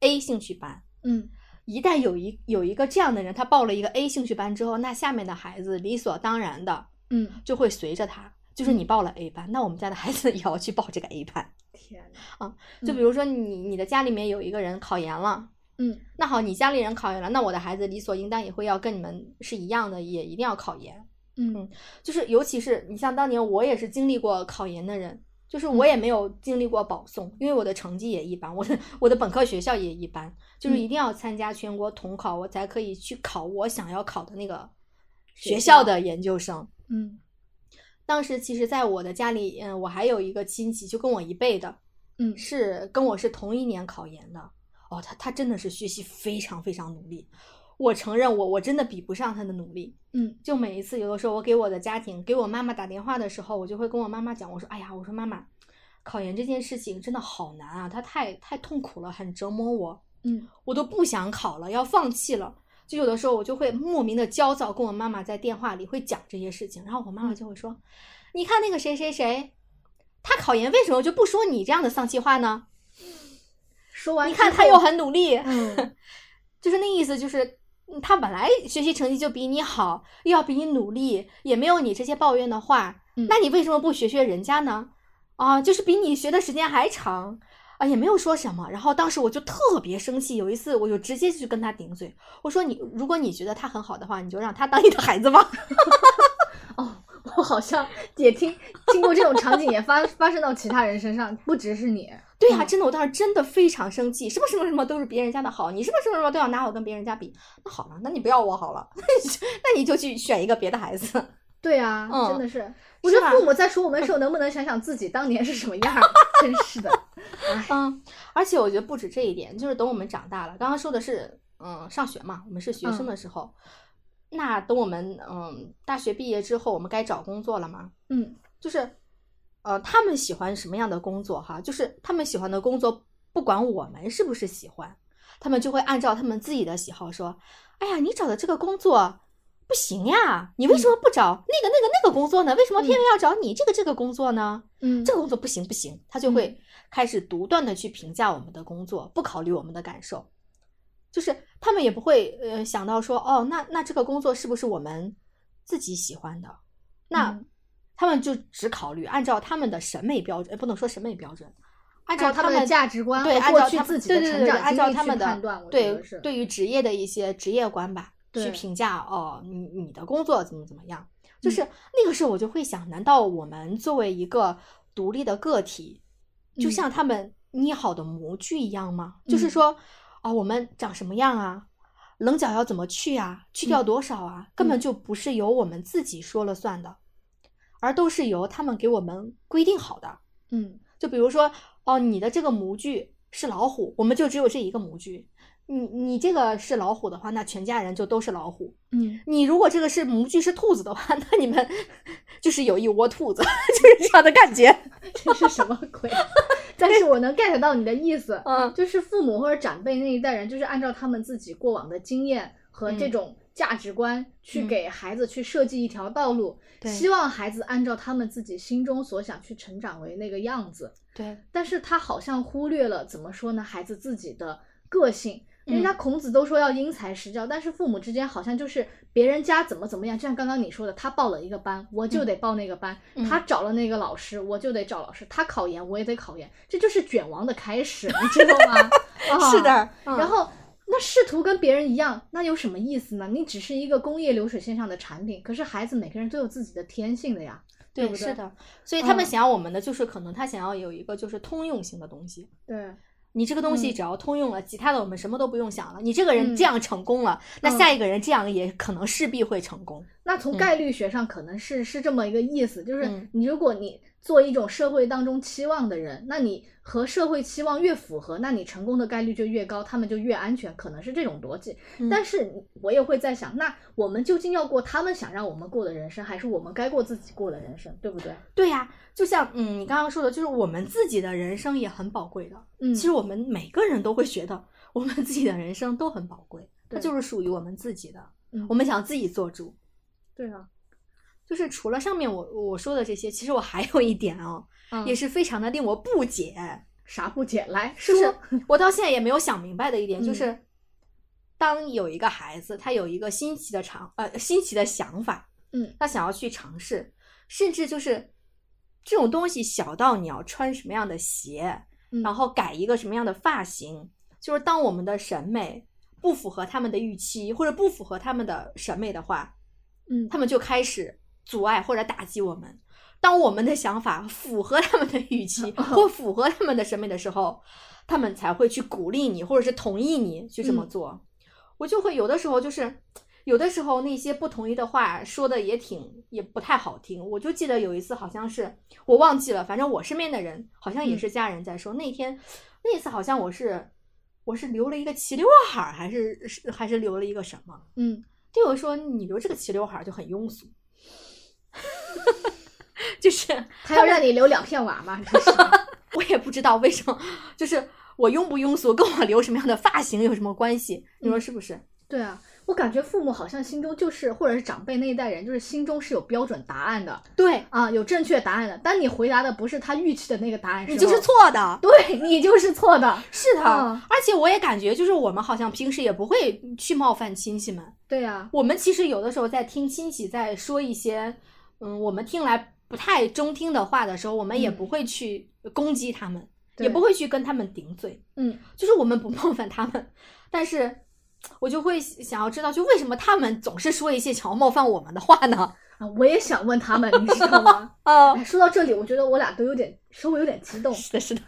C: A 兴趣班，
D: 嗯，
C: 一旦有一有一个这样的人，他报了一个 A 兴趣班之后，那下面的孩子理所当然的
D: 嗯，
C: 就会随着他。就是你报了 A 班，那我们家的孩子 [LAUGHS] 也要去报这个 A 班。
D: 天呐，
C: 就比如说你你的家里面有一个人考研了，
D: 嗯
C: 那好，你家里人考研了，那我的孩子理所应当也会要跟你们是一样的，也一定要考研。
D: 嗯
C: 就是尤其是你像当年我也是经历过考研的人，就是我
D: 嗯
C: 也没有经历过保送，因为我的成绩也一般，我的我的本科学校也一般，就是
D: 嗯
C: 一定要参加全国统考，我才可以去考我想要考的那个
D: 学
C: 学校
D: 校
C: 的研究生。
D: 嗯
C: 当时其实，在我的家里，嗯，我还有一个亲戚，就跟我一辈的，
D: 嗯
C: 是跟我是同一年考研的。哦，他他真的是学习非常非常努力，我承认我我真的比不上他的努力。
D: 嗯
C: 就每一次有的时候，我给我的家庭，给我妈妈打电话的时候，我就会跟我妈妈讲，我说，哎呀，我说妈妈，考研这件事情真的好难啊，它太太痛苦了，很折磨我，
D: 嗯，
C: 我都不想考了，要放弃了。就有的时候我就会莫名的焦躁，跟我妈妈在电话里会讲这些事情，然后我
D: 嗯
C: 妈妈就会说：“你看那个谁谁谁，他考研为什么就不说你这样的丧气话呢？
D: 说完
C: 你看
D: 啊之
C: 他
D: 后
C: 又很努力，
D: [LAUGHS] 嗯
C: 就是那意思，就是嗯他本来学习成绩就比你好，又要比你努力，也没有你这些抱怨的话，
D: 嗯
C: 那你为什么不学学人家呢？啊，就是比你学的时间还长。啊，也没有说什么。然后当时我就特别生气，有一次我就直接去跟他顶嘴，我说你：“如果你觉得他很好的话，你就让他当你的孩子吧。 [LAUGHS]
D: 我好像也听听过这种场景也发发生到其他人身上，不只是你。”
C: 对呀、真的，我当时真的非常生气，什么什么什么都是别人家的好，你什么什么什么都要拿我跟别人家比。那好了，那你不要我好了， [LAUGHS] 那你就那你就去选一个别的孩子。
D: 对啊，
C: 嗯
D: 真的是，我
C: 是
D: 觉得
C: 吧
D: 父母在处我们的时候，能不能想想自己当年是什么样儿？真
C: [LAUGHS]
D: 是的，
C: 嗯，而且我觉得不止这一点，就是等我们长大了，刚刚说的是，嗯，上学嘛，我们是学生的时候，那等我们嗯大学毕业之后，我们该找工作了嘛，
D: 嗯
C: 就是，呃，他们喜欢什么样的工作哈？就是他们喜欢的工作，不管我们是不是喜欢，他们就会按照他们自己的喜好说，哎呀，你找的这个工作。不行呀！你为什么不找那个、那个、那个工作呢？为什么偏偏要找你这个、这个工作呢？
D: 嗯
C: 这个工作不行不行，他就会开始独断的去评价我们的工作，不考虑我们的感受，就是他们也不会呃想到说哦，那那这个工作是不是我们自己喜欢的？那、
D: 嗯
C: 他们就只考虑按照他们的审美标准，呃不能说审美标准，按
D: 按照
C: 照
D: 他
C: 们
D: 们的价值观
C: 对，
D: 和
C: 按
D: 过
C: 照
D: 去
C: 他们
D: 自己
C: 对对
D: 的成
C: 对对
D: 长
C: 按
D: 经
C: 照
D: 历
C: 他
D: 去
C: 们的
D: 判断我觉
C: 对
D: 得是
C: 对于职业的一些职业观吧，去
D: 对
C: 评价哦，你你的工作怎么怎么样？就
D: 嗯
C: 是那个时候我就会想，难道我们作为一个独立的个体，就
D: 嗯
C: 像他们捏好的模具一样吗？就是
D: 嗯
C: 说，啊、我们长什么样啊？棱角要怎么去啊？去掉
D: 嗯
C: 多少啊？根本
D: 嗯
C: 就不是由我们自己说了算的，而都是由他们给我们规定好的。
D: 嗯
C: 就比如说，哦，你的这个模具是老虎，我们就只有这一个模具。你你这个是老虎的话，那全家人就都是老虎。
D: 嗯，
C: 你如果这个是模具是兔子的话， [LAUGHS] 那你们就是有一窝兔子， [LAUGHS] 就是这样的感觉。
D: [LAUGHS] 这是什么鬼？啊但是我能 get 到你的意思，
C: 嗯，
D: 就是父母或者长辈那一代人，就是按照他们自己过往的经验和这
C: 嗯
D: 种价值观去
C: 嗯
D: 给孩子去设计一条道路，
C: 对
D: 希望孩子按照他们自己心中所想去成长为那个样子。
C: 对，
D: 但是他好像忽略了怎么说呢，孩子自己的个性。人家
C: 嗯
D: 孔子都说要因材施教，但是父母之间好像就是别人家怎么怎么样，就像刚刚你说的，他报了一个班，我就
C: 嗯
D: 得报那个班；
C: 嗯
D: 他找了那个老师，我就得找老师；他
C: [LAUGHS]
D: 考研，我也得考研，这就是卷王的开始，你知道吗？啊
C: 是的。
D: 然
C: 然后
D: 后那试图跟别人一样，那有什么意思呢？你只是一个工业流水线上的产品，可是孩子每个人都有自己的天性的呀，对不对？
C: 是，的，所以他们
D: 嗯
C: 想要我们的就是可能他想要有一个就是通用性的东西。
D: 对，
C: 你这个东西
D: 嗯
C: 只要通用了，其他的我们什么都不用想了。你这个人
D: 嗯
C: 这样成功了，那
D: 嗯
C: 下一个人这样也可能势必会成功。
D: 那从概率学上可能是、是这么一个意思，就是
C: 嗯
D: 你如果你做一种社会当中期望的人，那你和社会期望越符合，那你成功的概率就越高，他们就越安全，可能是这种逻辑。
C: 嗯
D: 但是我也会在想，那我们究竟要过他们想让我们过的人生，还是我们该过自己过的人生，对不对？
C: 对呀、就像嗯你刚刚说的，就是我们自己的人生也很宝贵的。
D: 嗯，
C: 其实我们每个人都会觉得，我们自己的人生都很宝贵，它
D: 对
C: 就是属于我们自己的
D: 嗯，
C: 我们想自己做主。
D: 对啊，
C: 就是除了上面我我说的这些，其实我还有一点哦，
D: 嗯
C: 也是非常的令我不解。
D: 啥不解来
C: 就
D: 说，
C: 是我到现在也没有想明白的一点，
D: 嗯
C: 就是当有一个孩子他有一个新奇的尝呃新奇的想法，
D: 嗯，
C: 他想要去尝试，甚至就是这种东西小到你要穿什么样的鞋，
D: 嗯
C: 然后改一个什么样的发型，就是当我们的审美不符合他们的预期或者不符合他们的审美的话，
D: 嗯，
C: 他们就开始阻碍或者打击我们。当我们的想法符合他们的预期或符合他们的审美的时候，他们才会去鼓励你，或者是同意你去这么做。我就会有的时候就是，有的时候那些不同意的话说的也挺也不太好听。我就记得有一次好像是我忘记了，反正我身边的人好像也是家人在说、那天那次好像我是我是留了一个齐刘海儿，还是是还是留了一个什么？
D: 嗯
C: 这我说你留这个齐刘海儿就很庸俗， [LAUGHS] 就是
D: 他要让你留两片娃嘛，真是的
C: 我也不知道为什么，就是我庸不庸俗跟我留什么样的发型有什么关系？你说是不是？
D: [LAUGHS] 对啊。我感觉父母好像心中就是，或者是长辈那一代人，就是心中是有标准答案的
C: 对
D: 啊，有正确答案的。当你回答的不是他预期的那个答案时
C: 你
D: 候，
C: 就是，错的，
D: [LAUGHS] 对你 [LAUGHS] 就是错的，
C: 是的。
D: 嗯
C: 而且我也感觉，就是我们好像平时也不会去冒犯亲戚们。
D: 对啊呀、
C: 我们其实有的时候在听亲戚在说一些，嗯，我们听来不太中听的话的时候，我们也
D: 嗯
C: 不会去攻击他们，
D: 对
C: 也不会去跟他们顶嘴。
D: 嗯，
C: 就是我们不冒犯他们，但是我就会想要知道，就为什么他们总是说一些想要冒犯我们的话呢？
D: 啊，我也想问他们，你知道 [LAUGHS] 吗？
C: 啊、
D: 哎说到这里，我觉得我俩都有点稍微有点激动，
C: 是的，是的，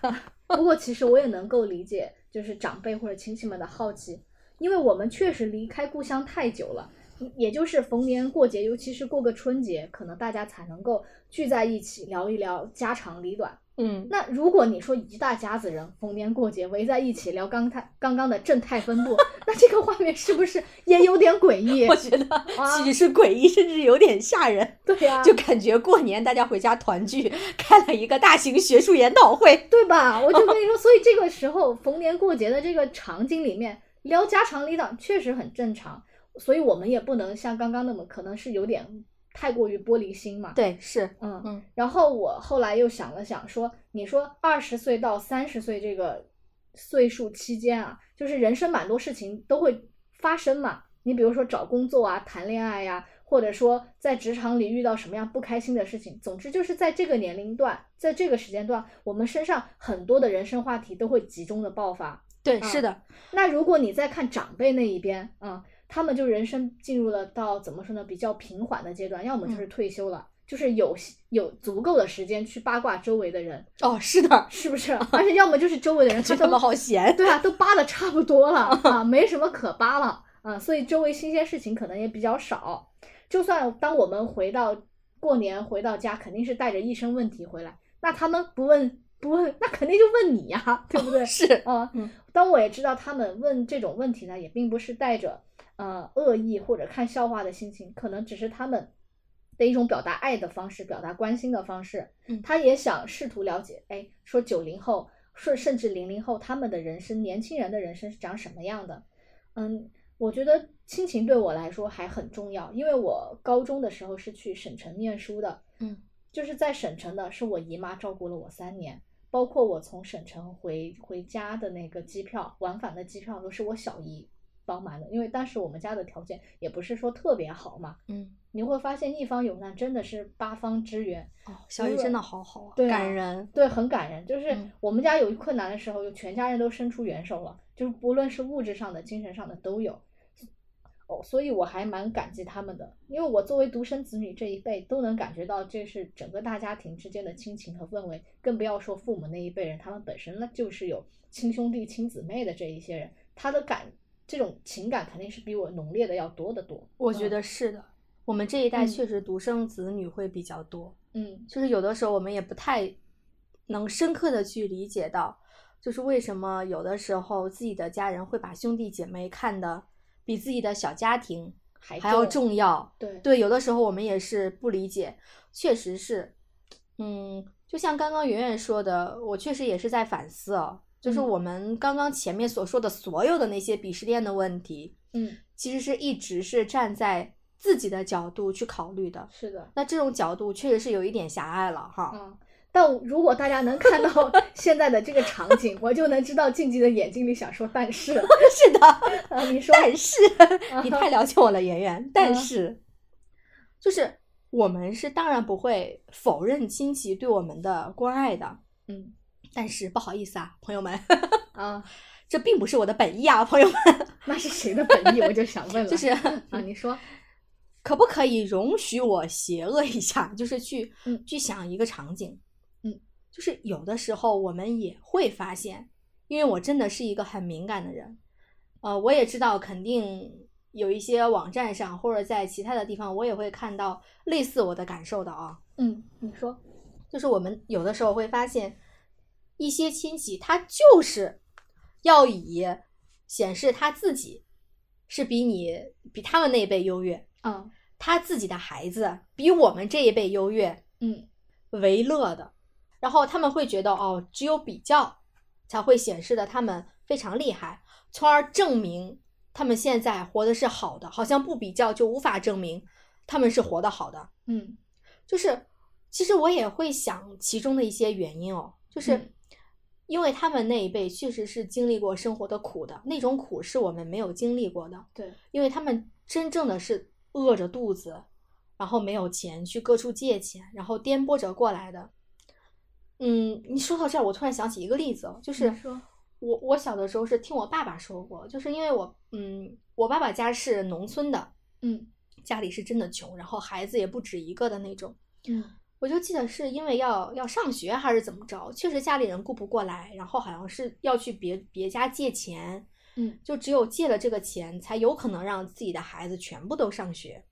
D: 不过其实我也能够理解，就是长辈或者亲戚们的好奇，因为我们确实离开故乡太久了，也就是逢年过节，尤其是过个春节，可能大家才能够聚在一起聊一聊家长里短。
C: 嗯，
D: 那如果你说一大家子人逢年过节围在一起聊刚才刚刚的正态分布， [LAUGHS] 那这个画面是不是也有点诡异
C: [LAUGHS] 我？觉得
D: 啊
C: 其实是诡异，甚至有点吓人，
D: 对呀、
C: 就感觉过年大家回家团聚，开了一个大型学术研讨会。
D: 哎对吧？我就跟你说，所以这个时候逢年过节的这个场景里面聊家长里短确实很正常，所以我们也不能像刚刚那么，可能是有点太过于玻璃心嘛。
C: 对，是，
D: 嗯
C: 嗯。
D: 然后我后来又想了想说，你说二十岁到三十岁这个岁数期间啊，就是人生蛮多事情都会发生嘛。你比如说找工作啊、谈恋爱呀、或者说在职场里遇到什么样不开心的事情，总之就是在这个年龄段，在这个时间段，我们身上很多的人生话题都会集中的爆发。
C: 对，
D: 嗯
C: 是的，
D: 那如果你再看长辈那一边啊、他们就人生进入了到怎么说呢，比较平缓的阶段，要么就是退休了，就是有有足够的时间去八卦周围的人，
C: 哦，是的，
D: 是不是？而且要么就是周围的人
C: 这
D: 他
C: 他们
D: 都
C: 好闲。
D: 对啊，都扒的差不多了啊，没什么可扒了啊，所以周围新鲜事情可能也比较少。就算当我们回到过年回到家，肯定是带着一身问题回来，那他们不问不问，那肯定就问你呀、对不对？
C: 是，
D: 啊
C: 嗯，
D: 当我也知道他们问这种问题呢，也并不是带着呃恶意或者看笑话的心情，可能只是他们的一种表达爱的方式，表达关心的方式。
C: 嗯
D: 他也想试图了解，哎，说九零后，甚甚至零零后他们的人生，年轻人的人生是长什么样的？嗯，我觉得亲情对我来说还很重要，因为我高中的时候是去省城念书的，
C: 嗯，
D: 就是在省城的是我姨妈照顾了我三年，包括我从省城回回家的那个机票，往返的机票都是我小姨帮忙的，因为当时我们家的条件也不是说特别好嘛，
C: 嗯，
D: 你会发现一方有难真的是八方支援，
C: 哦，小雨真的好好啊，
D: 对啊
C: 感人。
D: 对，很感人。就是
C: 嗯
D: 我们家有困难的时候，就全家人都伸出援手了，就是不论是物质上的、精神上的都有。哦，所以我还蛮感激他们的，因为我作为独生子女这一辈都能感觉到，这是整个大家庭之间的亲情和氛围，更不要说父母那一辈人，他们本身呢就是有亲兄弟、亲姊妹的这一些人，他的感这种情感肯定是比我浓烈的要多得多。
C: 我觉
D: 嗯
C: 得是的，我们这一代
D: 嗯
C: 确实独生子女会比较多，
D: 嗯
C: 就是有的时候我们也不太能深刻的去理解到，就是为什么有的时候自己的家人会把兄弟姐妹看得比自己的小家庭
D: 还
C: 还要
D: 重
C: 重要。
D: 对
C: 对，有的时候我们也是不理解，确实是，嗯，就像刚刚圆圆说的，我确实也是在反思哦，就是
D: 嗯
C: 我们刚刚前面所说的所有的那些鄙视链的问题，
D: 嗯
C: 其实是一直是站在自己的角度去考虑的。
D: 是的
C: 那这种角度确实是有一点狭隘了哈。
D: 啊。但如果大家能 [LAUGHS] 看到现在的这个场景，我就能知道静静的眼睛里想说但是 [LAUGHS] 了。
C: [LAUGHS] 是的，
D: 啊，你说，
C: 但是你太了解我了，圆圆。但
D: 嗯
C: 是，就是我们是当然不会否认亲戚对我们的关爱的，
D: 嗯
C: 但是不好意思啊，朋友们， [LAUGHS]
D: 啊，
C: 这并不是我的本意啊，朋友们，
D: 那是谁的本意？我 [LAUGHS] 就想问了。
C: 就是
D: 啊，你说，
C: 可不可以容许我邪恶一下？ [LAUGHS] 就是去、
D: 嗯
C: 去想一个场景，
D: 嗯，
C: 就是有的时候我们也会发现，因为我真的是一个很敏感的人，呃，我也知道肯定有一些网站上或者在其他的地方，我也会看到类似我的感受的啊。
D: 嗯，你说，
C: 就是我们有的时候会发现，一些亲戚他就是要以显示他自己是比你比他们那一辈优越，
D: 啊，
C: 他自己的孩子比我们这一辈优越
D: 嗯
C: 为乐的，然后他们会觉得哦，只有比较才会显示的他们非常厉害，从而证明他们现在活的是好的，好像不比较就无法证明他们是活得好的。
D: 嗯
C: 就是其实我也会想其中的一些原因哦，就是
D: 嗯
C: 因为他们那一辈确实是经历过生活的苦的，那种苦是我们没有经历过的，
D: 对，
C: 因为他们真正的是饿着肚子，然后没有钱去各处借钱，然后颠簸着过来的。嗯，你说到这儿，我突然想起一个例子哦，就是
D: 你说
C: 我我小的时候是听我爸爸说过，就是因为我嗯，我爸爸家是农村的，
D: 嗯
C: 家里是真的穷，然后孩子也不止一个的那种。
D: 嗯
C: 我就记得是因为要要上学还是怎么着，确实家里人顾不过来，然后好像是要去别别家借钱，
D: 嗯
C: 就只有借了这个钱，才有可能让自己的孩子全部都上学。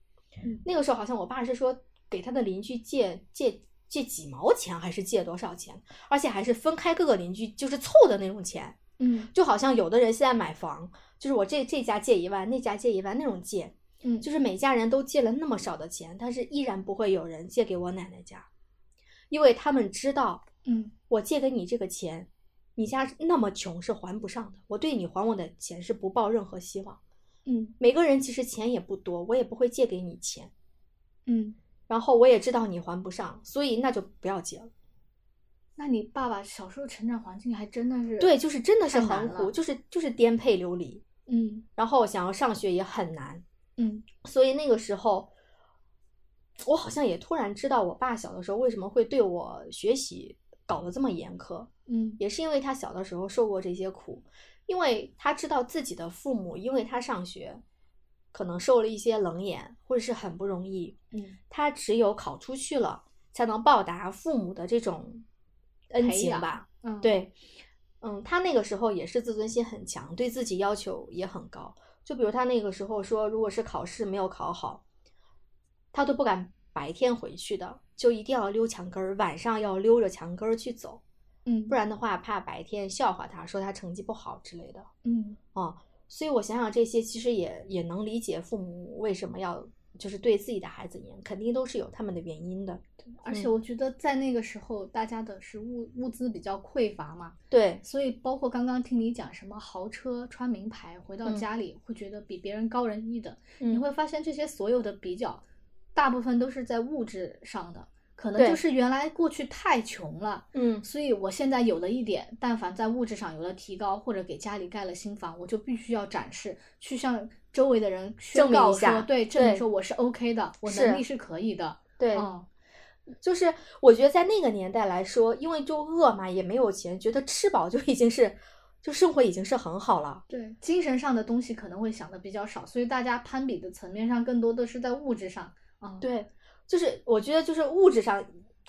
D: 嗯
C: 那个时候好像我爸是说给他的邻居借借借几毛钱，还是借多少钱，而且还是分开各个邻居就是凑的那种钱，
D: 嗯
C: 就好像有的人现在买房，就是我这这家借一万，那家借一万那种借，
D: 嗯，
C: 就是每家人都借了那么少的钱，但是依然不会有人借给我奶奶家，因为他们知道
D: 嗯
C: 我借给你这个钱，你家那么穷是还不上的，我对你还我的钱是不抱任何希望。
D: 嗯
C: 每个人其实钱也不多，我也不会借给你钱，
D: 嗯，
C: 然后我也知道你还不上，所以那就不要借了。
D: 那你爸爸小时候成长环境还真的是
C: 对，就是真的是
D: 太难
C: 很苦，
D: 了
C: 就是就是颠沛流离，
D: 嗯
C: 然后想要上学也很难，
D: 嗯
C: 所以那个时候，我好像也突然知道我爸小的时候为什么会对我学习搞得这么严苛，
D: 嗯
C: 也是因为他小的时候受过这些苦，因为他知道自己的父母因为他上学，可能受了一些冷眼，或者是很不容易，
D: 嗯
C: 他只有考出去了，才能报答父母的这种恩
D: 培
C: 情
D: 养
C: 吧。
D: 嗯，
C: 对，嗯，他那个时候也是自尊心很强，对自己要求也很高。就比如他那个时候说，如果是考试没有考好，他都不敢白天回去的，就一定要溜墙根儿，晚上要溜着墙根儿去走，
D: 嗯，
C: 不然的话怕白天笑话他，说他成绩不好之类的。
D: 嗯
C: 所以我想想这些，其实也也能理解父母为什么要就是对自己的孩子严，肯定都是有他们的原因的。
D: 而且
C: 嗯
D: 我觉得在那个时候，大家的是物物资比较匮乏嘛，
C: 对，
D: 所以包括刚刚听你讲什么豪车、穿名牌，回到
C: 嗯
D: 家里会觉得比别人高人一等，
C: 嗯
D: 你会发现这些所有的比较，大部分都是在物质上的，可能
C: 对
D: 就是原来过去太穷了，
C: 嗯
D: 所以我现在有了一点，但凡在物质上有了提高，或者给家里盖了新房，我就必须要展示，去向周围的人宣
C: 证明
D: 告
C: 一下
D: 说，对，证明
C: 对
D: 说我是 OK 的，我
C: 是
D: 能力是可以的。
C: 对。
D: 嗯
C: 就是我觉得在那个年代来说，因为就饿嘛，也没有钱，觉得吃饱就已经是就生活已经是很好了。
D: 对，精神上的东西可能会想的比较少，所以大家攀比的层面上更多的是在物质上啊。
C: 对，就是我觉得就是物质上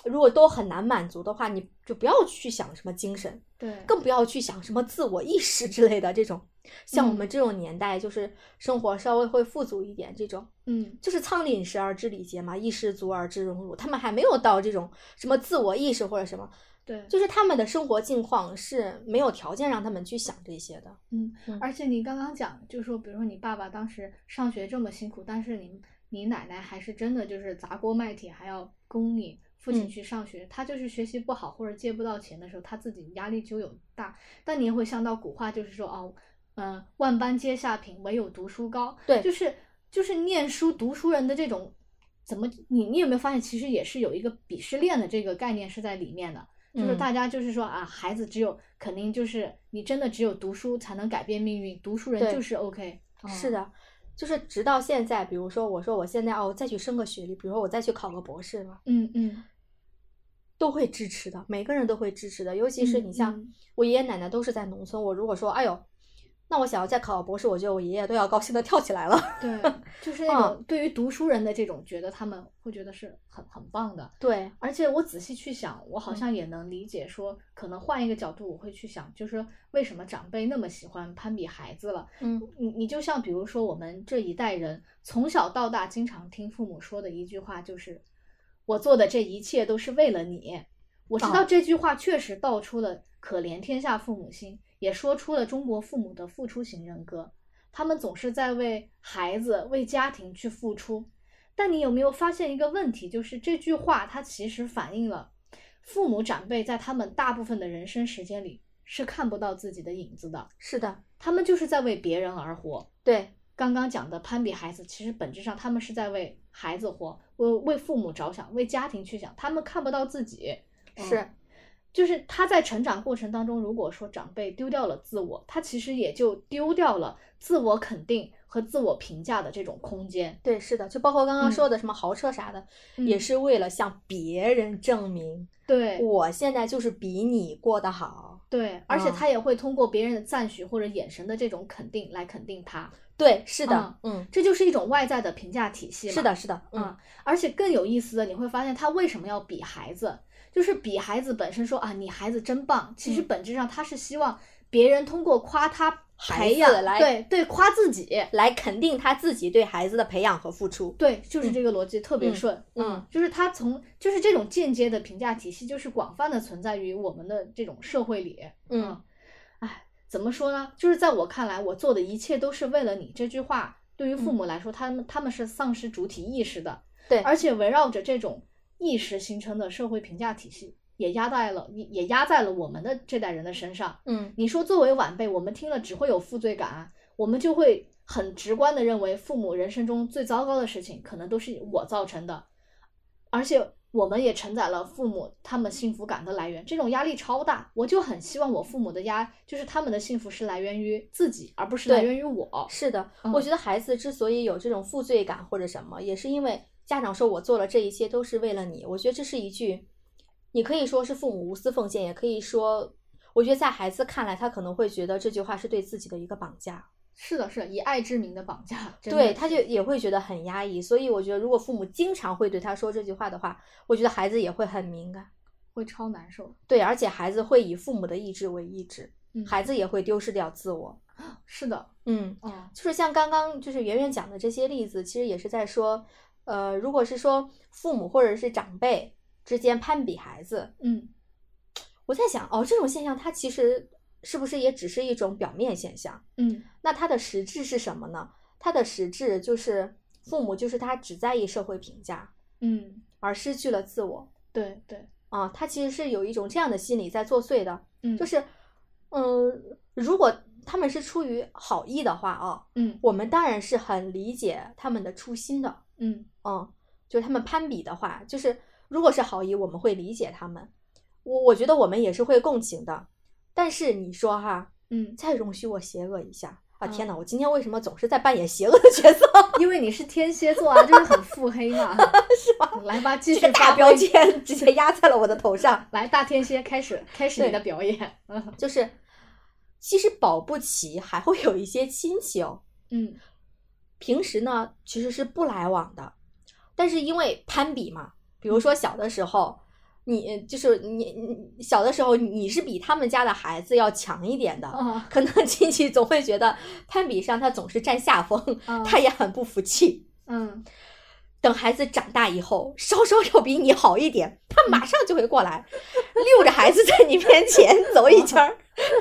C: 如果都很难满足的话，你就不要去想什么精神，
D: 对，
C: 更不要去想什么自我意识之类的这种。像我们这种年代，就是生活稍微会富足一点，这种
D: 嗯，
C: 就是仓廪实而知礼节嘛，衣食足而知荣辱。他们还没有到这种什么自我意识或者什么，
D: 对，
C: 就是他们的生活境况是没有条件让他们去想这些的。
D: 嗯
C: 嗯，
D: 而且你刚刚讲，就说比如说你爸爸当时上学这么辛苦，但是你你奶奶还是真的就是砸锅卖铁，还要供你父亲
C: 嗯
D: 去上学。他就是学习不好或者借不到钱的时候，他自己压力就有大。但你也会想到古话，就是说哦，嗯、万般皆下品，唯有读书高。
C: 对
D: 就是就是念书读书人的这种。怎么，你你有没有发现，其实也是有一个鄙视链的这个概念是在里面的？就是
C: 嗯
D: 大家就是说啊，孩子只有肯定就是你真的只有读书才能改变命运，读书人
C: 对
D: 就是 OK。哦
C: 是
D: 的，
C: 的，就是直到现在，比如说我说我现在哦，我再去升个学历，比如说我再去考个博士嘛，
D: 嗯嗯，
C: 都会支持的，每个人都会支持的。尤其是
D: 嗯
C: 你像
D: 嗯
C: 我爷爷奶奶都是在农村，我如果说哎呦，那我想要再考个博士，我觉得我爷爷都要高兴的跳起来了。 [LAUGHS]
D: 对，就是那
C: 嗯
D: 种对于读书人的这种，觉得他们会觉得是很很棒的。
C: 对，
D: 而且我仔细去想，
C: 嗯
D: 我好像也能理解说，可能换一个角度，我会去想，就是说为什么长辈那么喜欢攀比孩子了。
C: 嗯
D: 你你就像比如说我们这一代人从小到大经常听父母说的一句话就是，我做的这一切都是为了你。我知道
C: 哦
D: 这句话确实道出了可怜天下父母心，也说出了中国父母的付出型人格。他们总是在为孩子、为家庭去付出，但你有没有发现一个问题，就是这句话它其实反映了父母长辈在他们大部分的人生时间里是看不到自己的影子的，
C: 是的，
D: 他们就是在为别人而活。
C: 对
D: 刚刚讲的攀比孩子，其实本质上他们是在为孩子活，为为父母着想，为家庭去想，他们看不到自己。
C: 是。
D: 嗯就是他在成长过程当中，如果说长辈丢掉了自我，他其实也就丢掉了自我肯定和自我评价的这种空间。
C: 对，是的，就包括刚刚
D: 嗯
C: 说的什么豪车啥的，也
D: 嗯
C: 是为了向别人证明
D: 对，
C: 我现在就是比你过得好。
D: 对，而且
C: 嗯
D: 他也会通过别人的赞许或者眼神的这种肯定来肯定他，
C: 对，是的，嗯，
D: 这就是一种外在的评价体系嘛。
C: 是的，是的，嗯，
D: 啊，而且更有意思的，你会发现他为什么要比孩子，就是比孩子本身说啊，你孩子真棒，其实
C: 嗯
D: 本质上他是希望别人通过夸他
C: 孩
D: 培
C: 子
D: 养，
C: 来
D: 对对，夸自己。
C: 来肯定他自己对孩子的培养和付出。
D: 对，就是
C: 嗯
D: 这个逻辑特别
C: 嗯
D: 顺，
C: 嗯
D: 就是他从就是这种间接的评价体系，就是广泛的存在于我们的这种社会里，
C: 嗯，
D: 哎，怎么说呢？就是在我看来，我做的一切都是为了你这句话，对于父母来说，他们他们是丧失主体意识的。
C: 嗯对
D: 而且围绕着这种意识形成的社会评价体系，也压在了也也压在了我们的这代人的身上。
C: 嗯，
D: 你说，作为晚辈，我们听了只会有负罪感啊，我们就会很直观的认为，父母人生中最糟糕的事情，可能都是我造成的，而且。我们也承载了父母他们幸福感的来源，这种压力超大。我就很希望我父母的压，就是他们的幸福是来源于自己，而不是来
C: 对
D: 源于我。
C: 是的，
D: 嗯
C: 我觉得孩子之所以有这种负罪感或者什么，也是因为家长说我做了这一切都是为了你。我觉得这是一句，你可以说是父母无私奉献，也可以说，我觉得在孩子看来，他可能会觉得这句话是对自己的一个绑架。
D: 是的，是的以爱之名的绑架，真的
C: 对，他
D: 是
C: 就也会觉得很压抑，所以我觉得，如果父母经常会对他说这句话的话，我觉得孩子也会很敏感。
D: 会超难受。
C: 对，而且孩子会以父母的意志为意志，
D: 嗯
C: 孩子也会丢失掉自我。
D: 是的，
C: 嗯，
D: 嗯
C: 就是像刚刚就是圆圆讲的这些例子，其实也是在说，呃，如果是说父母或者是长辈之间攀比孩子，
D: 嗯，
C: 我在想，哦，这种现象它其实是不是也只是一种表面现象？
D: 嗯，
C: 那它的实质是什么呢？它的实质就是父母就是他只在意社会评价，
D: 嗯，
C: 而失去了自我
D: 对对，
C: 啊，他其实是有一种这样的心理在作祟的，
D: 嗯，
C: 就是，嗯，如果他们是出于好意的话啊，
D: 嗯
C: 我们当然是很理解他们的初心的，
D: 嗯
C: 嗯，就是他们攀比的话，就是如果是好意，我们会理解他们，我我觉得我们也是会共情的，但是你说哈，
D: 嗯，
C: 再容许我邪恶一下啊！
D: 嗯
C: 天哪，我今天为什么总是在扮演邪恶的角色？
D: [LAUGHS] 因为你是天蝎座啊，就是很腹黑嘛， [LAUGHS] 是吧？啊来吧，继
C: 这
D: 续
C: 个大
D: 发挥
C: 标，签直接压在了我的头上。 [LAUGHS]
D: 来大天蝎，开始开始你
C: 对
D: 的表演，嗯
C: 就是其实保不齐还会有一些亲戚哦，
D: 嗯
C: 平时呢其实是不来往的，但是因为攀比嘛，比如说小的时候，你就是你你小的时候你是比他们家的孩子要强一点的，
D: 啊
C: 可能 [LAUGHS] 亲戚总会觉得攀比上他总是占下风，
D: 啊
C: 他也很不服气。
D: 嗯
C: 等孩子长大以后，稍稍要比你好一点，他马上就会过来，溜着孩子在你面前走一圈儿，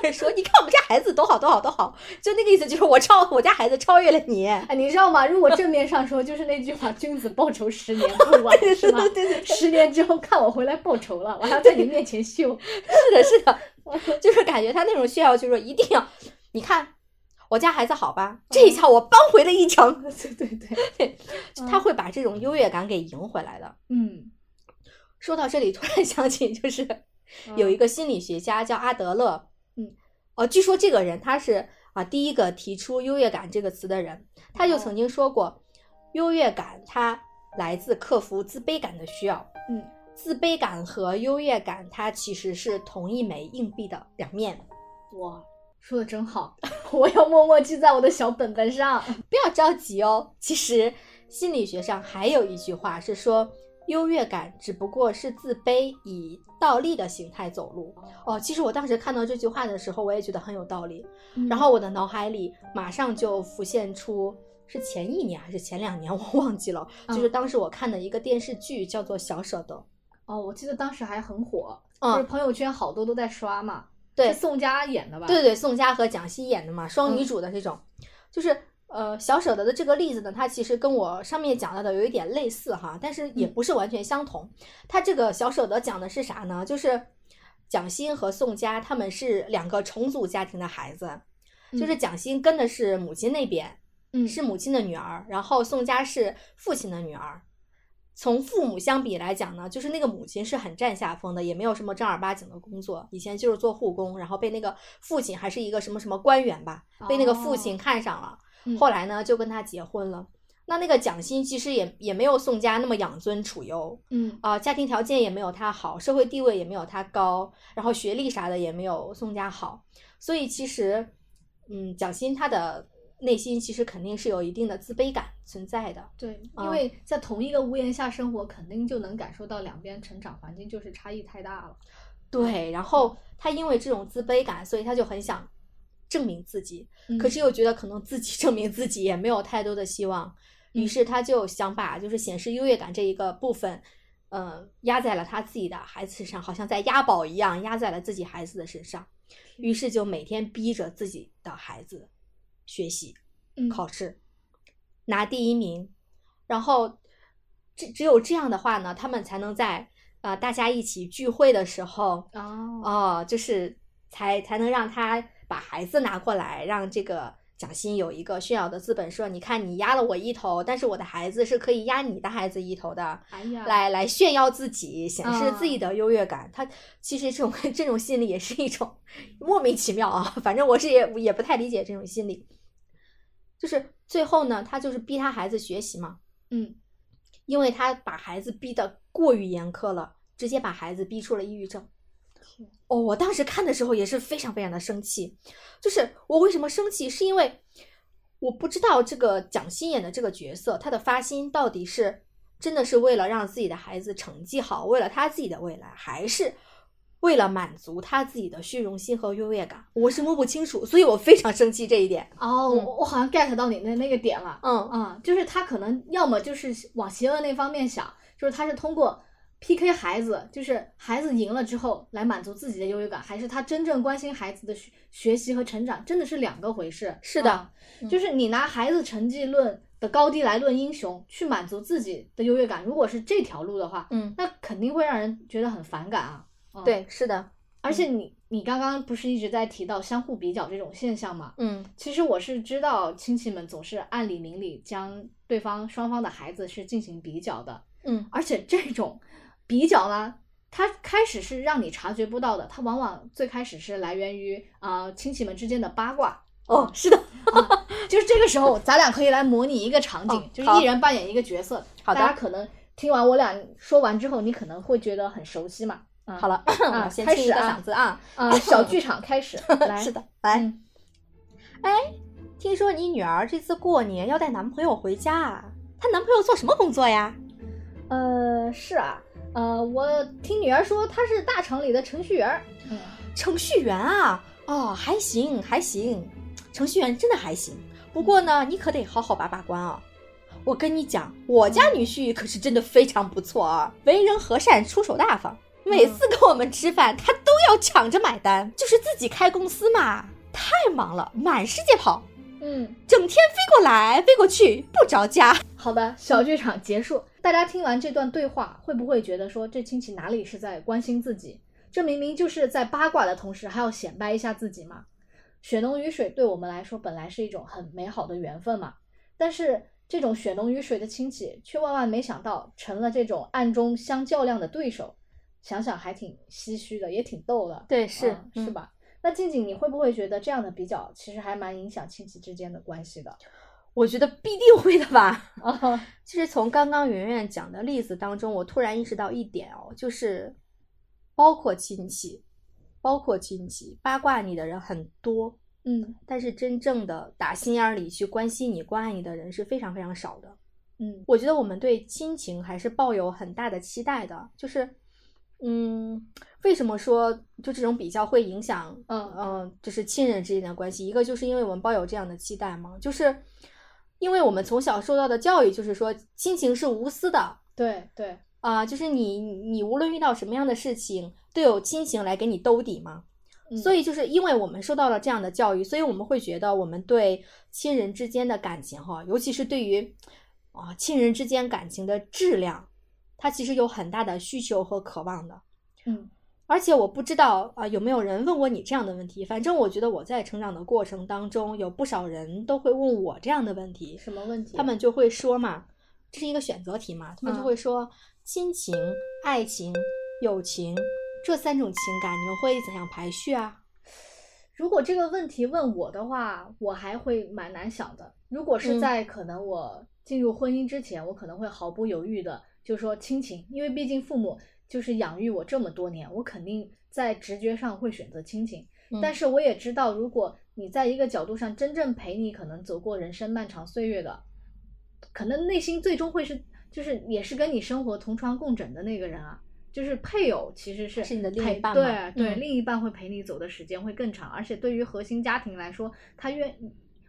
D: 哦
C: 说：“你看我们家孩子多好多好多好。”就那个意思，就是我超我家孩子超越了你。
D: 哎，你知道吗？如果正面上说，就是那句话“君子报仇，十年不晚”，
C: [LAUGHS]
D: 是吗？
C: 对对，
D: [LAUGHS] 十年之后看我回来报仇了，我还要在你面前秀。
C: 是 [LAUGHS] 的，是的，就是感觉他那种炫耀，就是说一定要，你看我家孩子好吧，这
D: 嗯
C: 一下我扳回了一 [LAUGHS] 城，
D: 对对对，
C: 他会把这种优越感给赢回来的。
D: [LAUGHS] [LAUGHS] 嗯，
C: 说到这里，突然想起就是有一个心理学家叫阿德勒，
D: 嗯，
C: 哦，据说这个人他是啊第一个提出优越感这个词的人，他就
D: 哦
C: 曾经说过，优越感它来自克服自卑感的需要，
D: 嗯，
C: 自卑感和优越感它其实是同一枚硬币的两面，
D: 哇，说的真好， [LAUGHS] 我要默默记在我的小本本上。
C: 不要着急哦。其实心理学上还有一句话是说，优越感只不过是自卑以倒立的形态走路。哦，其实我当时看到这句话的时候，我也觉得很有道理。
D: 嗯
C: 然后我的脑海里马上就浮现出是前一年还是前两年，我忘记了，就是
D: 嗯
C: 当时我看的一个电视剧叫做《小舍得》。
D: 哦，我记得当时还很火，就是
C: 嗯，
D: 朋友圈好多都在刷嘛。
C: 对
D: 是宋佳演的吧？
C: 对对，宋佳和蒋欣演的嘛，双女
D: 啊嗯
C: 主的这种，就是呃，小舍得的这个例子呢，它其实跟我上面讲到的有一点类似哈，但是也
D: 嗯
C: 不是完全相同。它这个小舍得讲的是啥呢？就是蒋欣和宋佳他们是两个重组家庭的孩子，就是蒋欣跟的是母亲那边，
D: 嗯，
C: 是母亲的女儿，然后宋佳是父亲的女儿。从父母相比来讲呢，就是那个母亲是很占下风的，也没有什么正儿八经的工作，以前就是做护工，然后被那个父亲还是一个什么什么官员吧，被那个父亲看上了，
D: 哦嗯
C: 后来呢就跟他结婚了。那那个蒋欣其实也也没有宋佳那么养尊处优
D: 嗯
C: 啊、家庭条件也没有他好，社会地位也没有他高，然后学历啥的也没有宋佳好，所以其实，嗯，蒋欣她的内心其实肯定是有一定的自卑感存在的。
D: 对，
C: 啊
D: 因为在同一个屋檐下生活，肯定就能感受到两边成长环境就是差异太大了。
C: 对，然后她因为这种自卑感，所以她就很想证明自己，可
D: 嗯
C: 是又觉得可能自己 [LAUGHS] 证明自己也没有太多的希望，于
D: 嗯
C: 是她就想把就是显示优越感这一个部分。呃，压在了她自己的孩子身上，好像在押宝一样压在了自己孩子的身上，于是就每天逼着自己的孩子学习，
D: 嗯
C: 考试，拿第一名，然后只只有这样的话呢，他们才能在呃大家一起聚会的时候，
D: 哦
C: 哦，就是才才能让他把孩子拿过来，让这个蒋欣有一个炫耀的资本，说你看你压了我一头，但是我的孩子是可以压你的孩子一头的。
D: 哎呀，
C: 来来炫耀自己，显示自己
D: 啊
C: 的优越感。他其实这种 [LAUGHS] 这种心理也是一种莫名其妙啊， [LAUGHS] 反正我是也也不太理解这种心理。就是最后呢，他就是逼他孩子学习嘛，
D: 嗯，
C: 因为他把孩子逼得过于严苛了，直接把孩子逼出了抑郁症。哦，我当时看的时候也是非常非常的生气，就是我为什么生气，是因为我不知道这个蒋欣演的这个角色，她的发心到底是真的是为了让自己的孩子成绩好，为了他自己的未来，还是为了满足他自己的虚荣心和优越感，我是摸不清楚，所以我非常生气这一点。
D: 哦，
C: 嗯
D: 我我好像 get 到你的那个点了。
C: 嗯
D: 啊、就是他可能要么就是往邪恶那方面想，就是他是通过 PK 孩子，就是孩子赢了之后来满足自己的优越感，还是他真正关心孩子的学学习和成长，真的是两个回事。
C: 是的
D: 啊
C: 嗯
D: 就是你拿孩子成绩论的高低来论英雄，去满足自己的优越感，如果是这条路的话，
C: 嗯，
D: 那肯定会让人觉得很反感啊。啊，
C: 对，嗯是的，
D: 而且你你刚刚不是一直在提到相互比较这种现象吗？
C: 嗯
D: 其实我是知道亲戚们总是按理明里将对方双方的孩子是进行比较的，
C: 嗯，
D: 而且这种比较呢，它开始是让你察觉不到的，它往往最开始是来源于啊、呃亲戚们之间的八卦。啊
C: 哦，是的，
D: 就是这个时候，咱俩可以来模拟一个场景，
C: 哦
D: 就是
C: 好
D: 一人扮演一个角色。
C: 好的
D: 大家可能听完我俩说完之后，你可能会觉得很熟悉嘛。嗯
C: 好了，
D: 啊
C: 我先
D: 开
C: 清一
D: 始
C: 个
D: 啊
C: 嗓子啊。
D: 啊，
C: [LAUGHS]
D: 小剧场开始，来，
C: 是的，来。
D: 嗯
C: 哎，听说你女儿这次过年要带男朋友回家啊？她男朋友做什么工作呀？
D: 呃，是啊，呃，我听女儿说她是大厂里的程序员儿，嗯，
C: 程序员啊？哦，还行还行，程序员真的还行。不过呢，你可得好好把把关啊。我跟你讲，我家女婿可是真的非常不错啊，为人和善，出手大方。每
D: 嗯
C: 次跟我们吃饭，他都要抢着买单，就是自己开公司嘛，太忙了，满世界跑，
D: 嗯，
C: 整天飞过来飞过去，不着家。
D: 好的，小剧场结束。大家听完这段对话，会不会觉得说这亲戚哪里是在关心自己？这明明就是在八卦的同时，还要显摆一下自己嘛？血浓于水对我们来说本来是一种很美好的缘分嘛，但是这种血浓于水的亲戚，却万万没想到成了这种暗中相较量的对手。想想还挺唏嘘的，也挺逗的。
C: 对，
D: 嗯是？吧？那静静，你会不会觉得这样的比较其实还蛮影响亲戚之间的关 [LAUGHS] 系的？
C: 我觉得必定会的吧。
D: 啊，
C: 就是从刚刚圆圆讲的例子当中，我突然意识到一点哦，就是包括亲戚，包括亲戚八卦你的人很多，
D: [LAUGHS] 嗯
C: 但是真正的打心眼儿里去关心你、关爱你的人是非常非常少的。
D: 嗯
C: 我觉得我们对亲情还是抱有很大的期待的，就是，嗯，为什么说就这种比较会影响，
D: 嗯
C: 嗯，就是亲人之间的关系？一个就是因为我们抱有这样的期待嘛，就是因为我们从小受到的教育就是说亲情是无私的
D: 对对，
C: 啊、就是你你无论遇到什么样的事情，都有亲情来给你兜底嘛。所
D: 以
C: 以就是因为我们受到了这样的教育，所以我们会觉得我们对亲人之间的感情哈，尤其是对于啊亲人之间感情的质量，它其实有很大的需求和渴望的。
D: 嗯
C: 而且我不知道啊、有没有人问过你这样的问题，反正我觉得我在成长的过程当中，有不少人都会问我这样的问题，
D: 什么问题？
C: 他们就会说嘛，这是一个选择题嘛，他们就
D: 嗯
C: 会说、亲情、爱情、友情这三种情感，你们会怎样排序啊？
D: 如果这个问题问我的话，我还会蛮难想的。如果是
C: 嗯
D: 在可能我进入婚姻之前，我可能会毫不犹豫的就说亲情，因为毕竟父母就是养育我这么多年，我肯定在直觉上会选择亲情。
C: 嗯
D: 但是我也知道，如果你在一个角度上真正陪你可能走过人生漫长岁月的，可能内心最终会是就是也是跟你生活同床共枕的那个人啊，就是配偶其实是
C: 是你的
D: 陪
C: 另一半
D: 对
C: 嘛
D: 对，
C: 嗯
D: 另一半会陪你走的时间会更长，而且对于核心家庭来说，他愿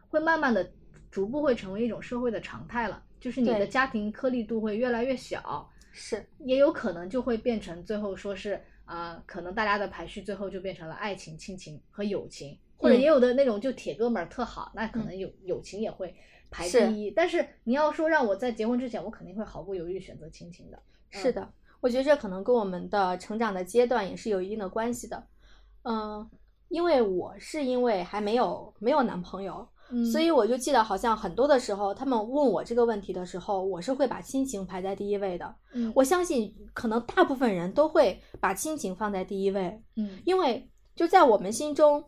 D: 会慢慢的逐步会成为一种社会的常态了，就是你
C: 对
D: 的家庭颗粒度会越来越小，
C: 是，
D: 也有可能就会变成最后说是啊、呃可能大家的排序最后就变成了爱情、亲情和友情，或者
C: 嗯
D: 也有的那种就铁哥们儿特好，那可能友友情也会排
C: 是
D: 第一。但是你要说让我在结婚之前，我肯定会毫不犹豫选择亲情的。
C: 是的，嗯我觉得这可能跟我们的成长的阶段也是有一定的关系的。嗯，因为我是因为还没有没有男朋友，
D: 嗯，
C: 所以我就记得好像很多的时候，他们问我这个问题的时候，我是会把亲情排在第一位的。
D: 嗯
C: 我相信可能大部分人都会把亲情放在第一位，
D: 嗯
C: 因为就在我们心中，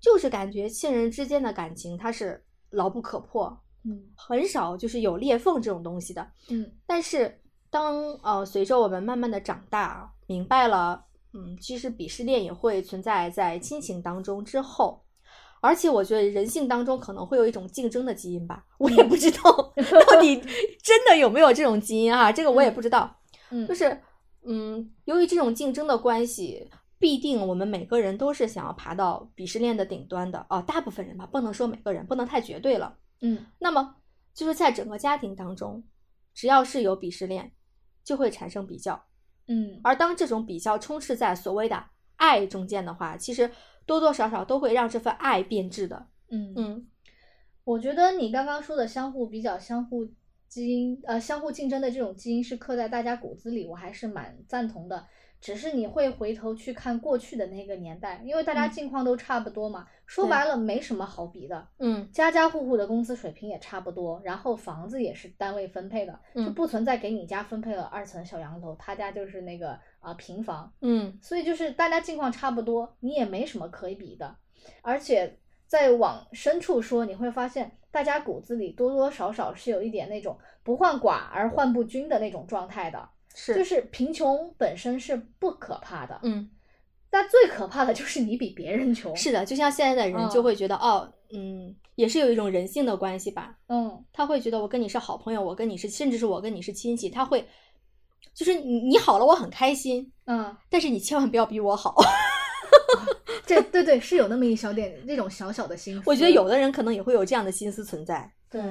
C: 就是感觉亲人之间的感情它是牢不可破，
D: 嗯
C: 很少就是有裂缝这种东西的。
D: 嗯
C: 但是当呃随着我们慢慢的长大，明白了，嗯，其实鄙视链也会存在在亲情当中之后。而且我觉得人性当中可能会有一种竞争的基因吧，我也不知道到底真的有没有这种基因啊，这个我也不知道。
D: 嗯，
C: 就是是，嗯，由于这种竞争的关系，必定我们每个人都是想要爬到鄙视链的顶端的哦，大部分人吧，不能说每个人，不能太绝对了。
D: 嗯
C: 那么就是在整个家庭当中，只要是有鄙视链，就会产生比较。
D: 嗯
C: 而当这种比较充斥在所谓的爱中间的话，其实多多少少都会让这份爱变质的。
D: 嗯嗯，
C: 嗯，
D: 我觉得你刚刚说的相互比较、相互基因呃相互竞争的这种基因是刻在大家骨子里，我还是蛮赞同的。只是你会回头去看过去的那个年代，因为大家
C: 嗯
D: 境况都差不多嘛，说
C: 对
D: 白了没什么好比的，
C: 嗯，
D: 家家户户的工资水平也差不多，然后房子也是单位分配的，就
C: 嗯
D: 不存在给你家分配了二层小洋楼，他家就是那个啊、平房，
C: 嗯，
D: 所以就是大家境况差不多，你也没什么可以比的。而且再往深处说，你会发现大家骨子里多多少少是有一点那种不患寡而患不均的那种状态的。
C: 是
D: 就是贫穷本身是不可怕的，
C: 嗯，
D: 但最可怕的就是你比别人穷。，
C: 是的，就像现在的人就会觉得、哦，嗯，也是有一种人性的关系吧。
D: 嗯，
C: 他会觉得我跟你是好朋友，我跟你是，甚至是我跟你是亲戚，他会就是你你好了，我很开心，
D: 嗯，
C: 但是你千万不要比我好。 [LAUGHS]
D: 这对对是有那么一小点那种小小的心思，
C: 我觉得有的人可能也会有这样的心思存在。
D: 对，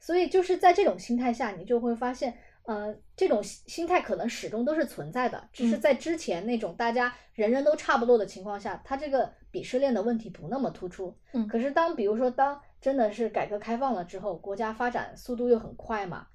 D: 所以就是在这种心态下，你就会发现，呃，这种心心态可能始终都是存在的，只是
C: 嗯
D: 在之前那种大家人人都差不多的情况下，它这个鄙视链的问题不那么突出。
C: 嗯
D: 可是当比如说当真的是改革开放了之后，国家发展速度又很快嘛，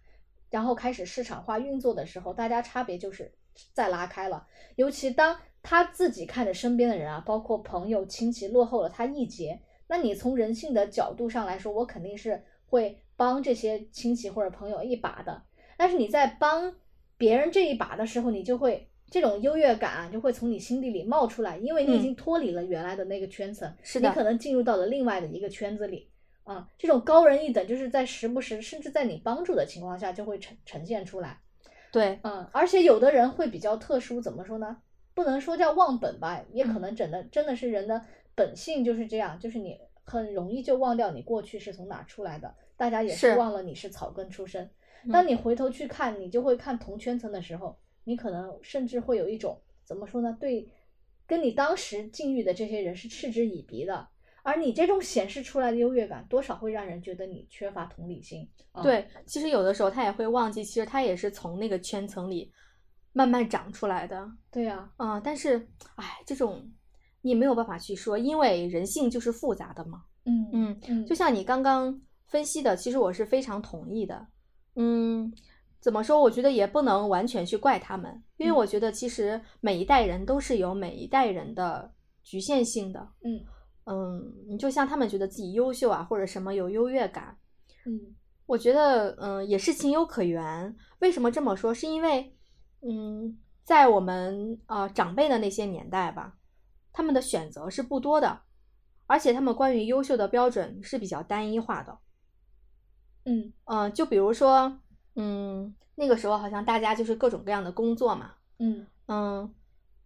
D: 然后开始市场化运作的时候，大家差别就是再拉开了。尤其当他自己看着身边的人啊，包括朋友、亲戚落后了他一截，那你从人性的角度上来说，我肯定是会帮这些亲戚或者朋友一把的。但是你在帮别人这一把的时候，你就会这种优越感啊，就会从你心底里冒出来，因为你已
C: 嗯
D: 经脱离了原来的那个圈层，
C: 是
D: 你可能进入到了另外的一个圈子里。啊，这种高人一等，就是在时不时，甚至在你帮助的情况下，就会呈呈现出来。
C: 对，
D: 嗯，而且有的人会比较特殊，怎么说呢？不能说叫忘本吧，也
C: 嗯
D: 可能真的真的是人的本性就是这样，就是你很容易就忘掉你过去是从哪出来的，大家也是
C: 是
D: 忘了你是草根出身。
C: 嗯
D: 当你回头去看，你就会看同圈层的时候，你可能甚至会有一种怎么说呢？对，跟你当时境遇的这些人是嗤之以鼻的，而你这种显示出来的优越感，多少会让人觉得你缺乏同理心。啊，
C: 对，其实有的时候他也会忘记，其实他也是从那个圈层里慢慢长出来的
D: 对呀、
C: 啊、但是，哎，这种你也没有办法去说，因为人性就是复杂的嘛。
D: 嗯
C: 嗯，
D: 嗯，
C: 就像你刚刚分析的，其实我是非常同意的。嗯，怎么说？我觉得也不能完全去怪他们，因为
D: 嗯
C: 我觉得其实每一代人都是有每一代人的局限性的。
D: 嗯
C: 嗯，你就像他们觉得自己优秀啊，或者什么有优越感，
D: 嗯
C: 我觉得，嗯，也是情有可原。为什么这么说？是因为，嗯，在我们呃长辈的那些年代吧，他们的选择是不多的，而且他们关于优秀的标准是比较单一化的。
D: 嗯。
C: 嗯、就比如说，嗯，那个时候好像大家就是各种各样的工作嘛，
D: 嗯
C: 嗯，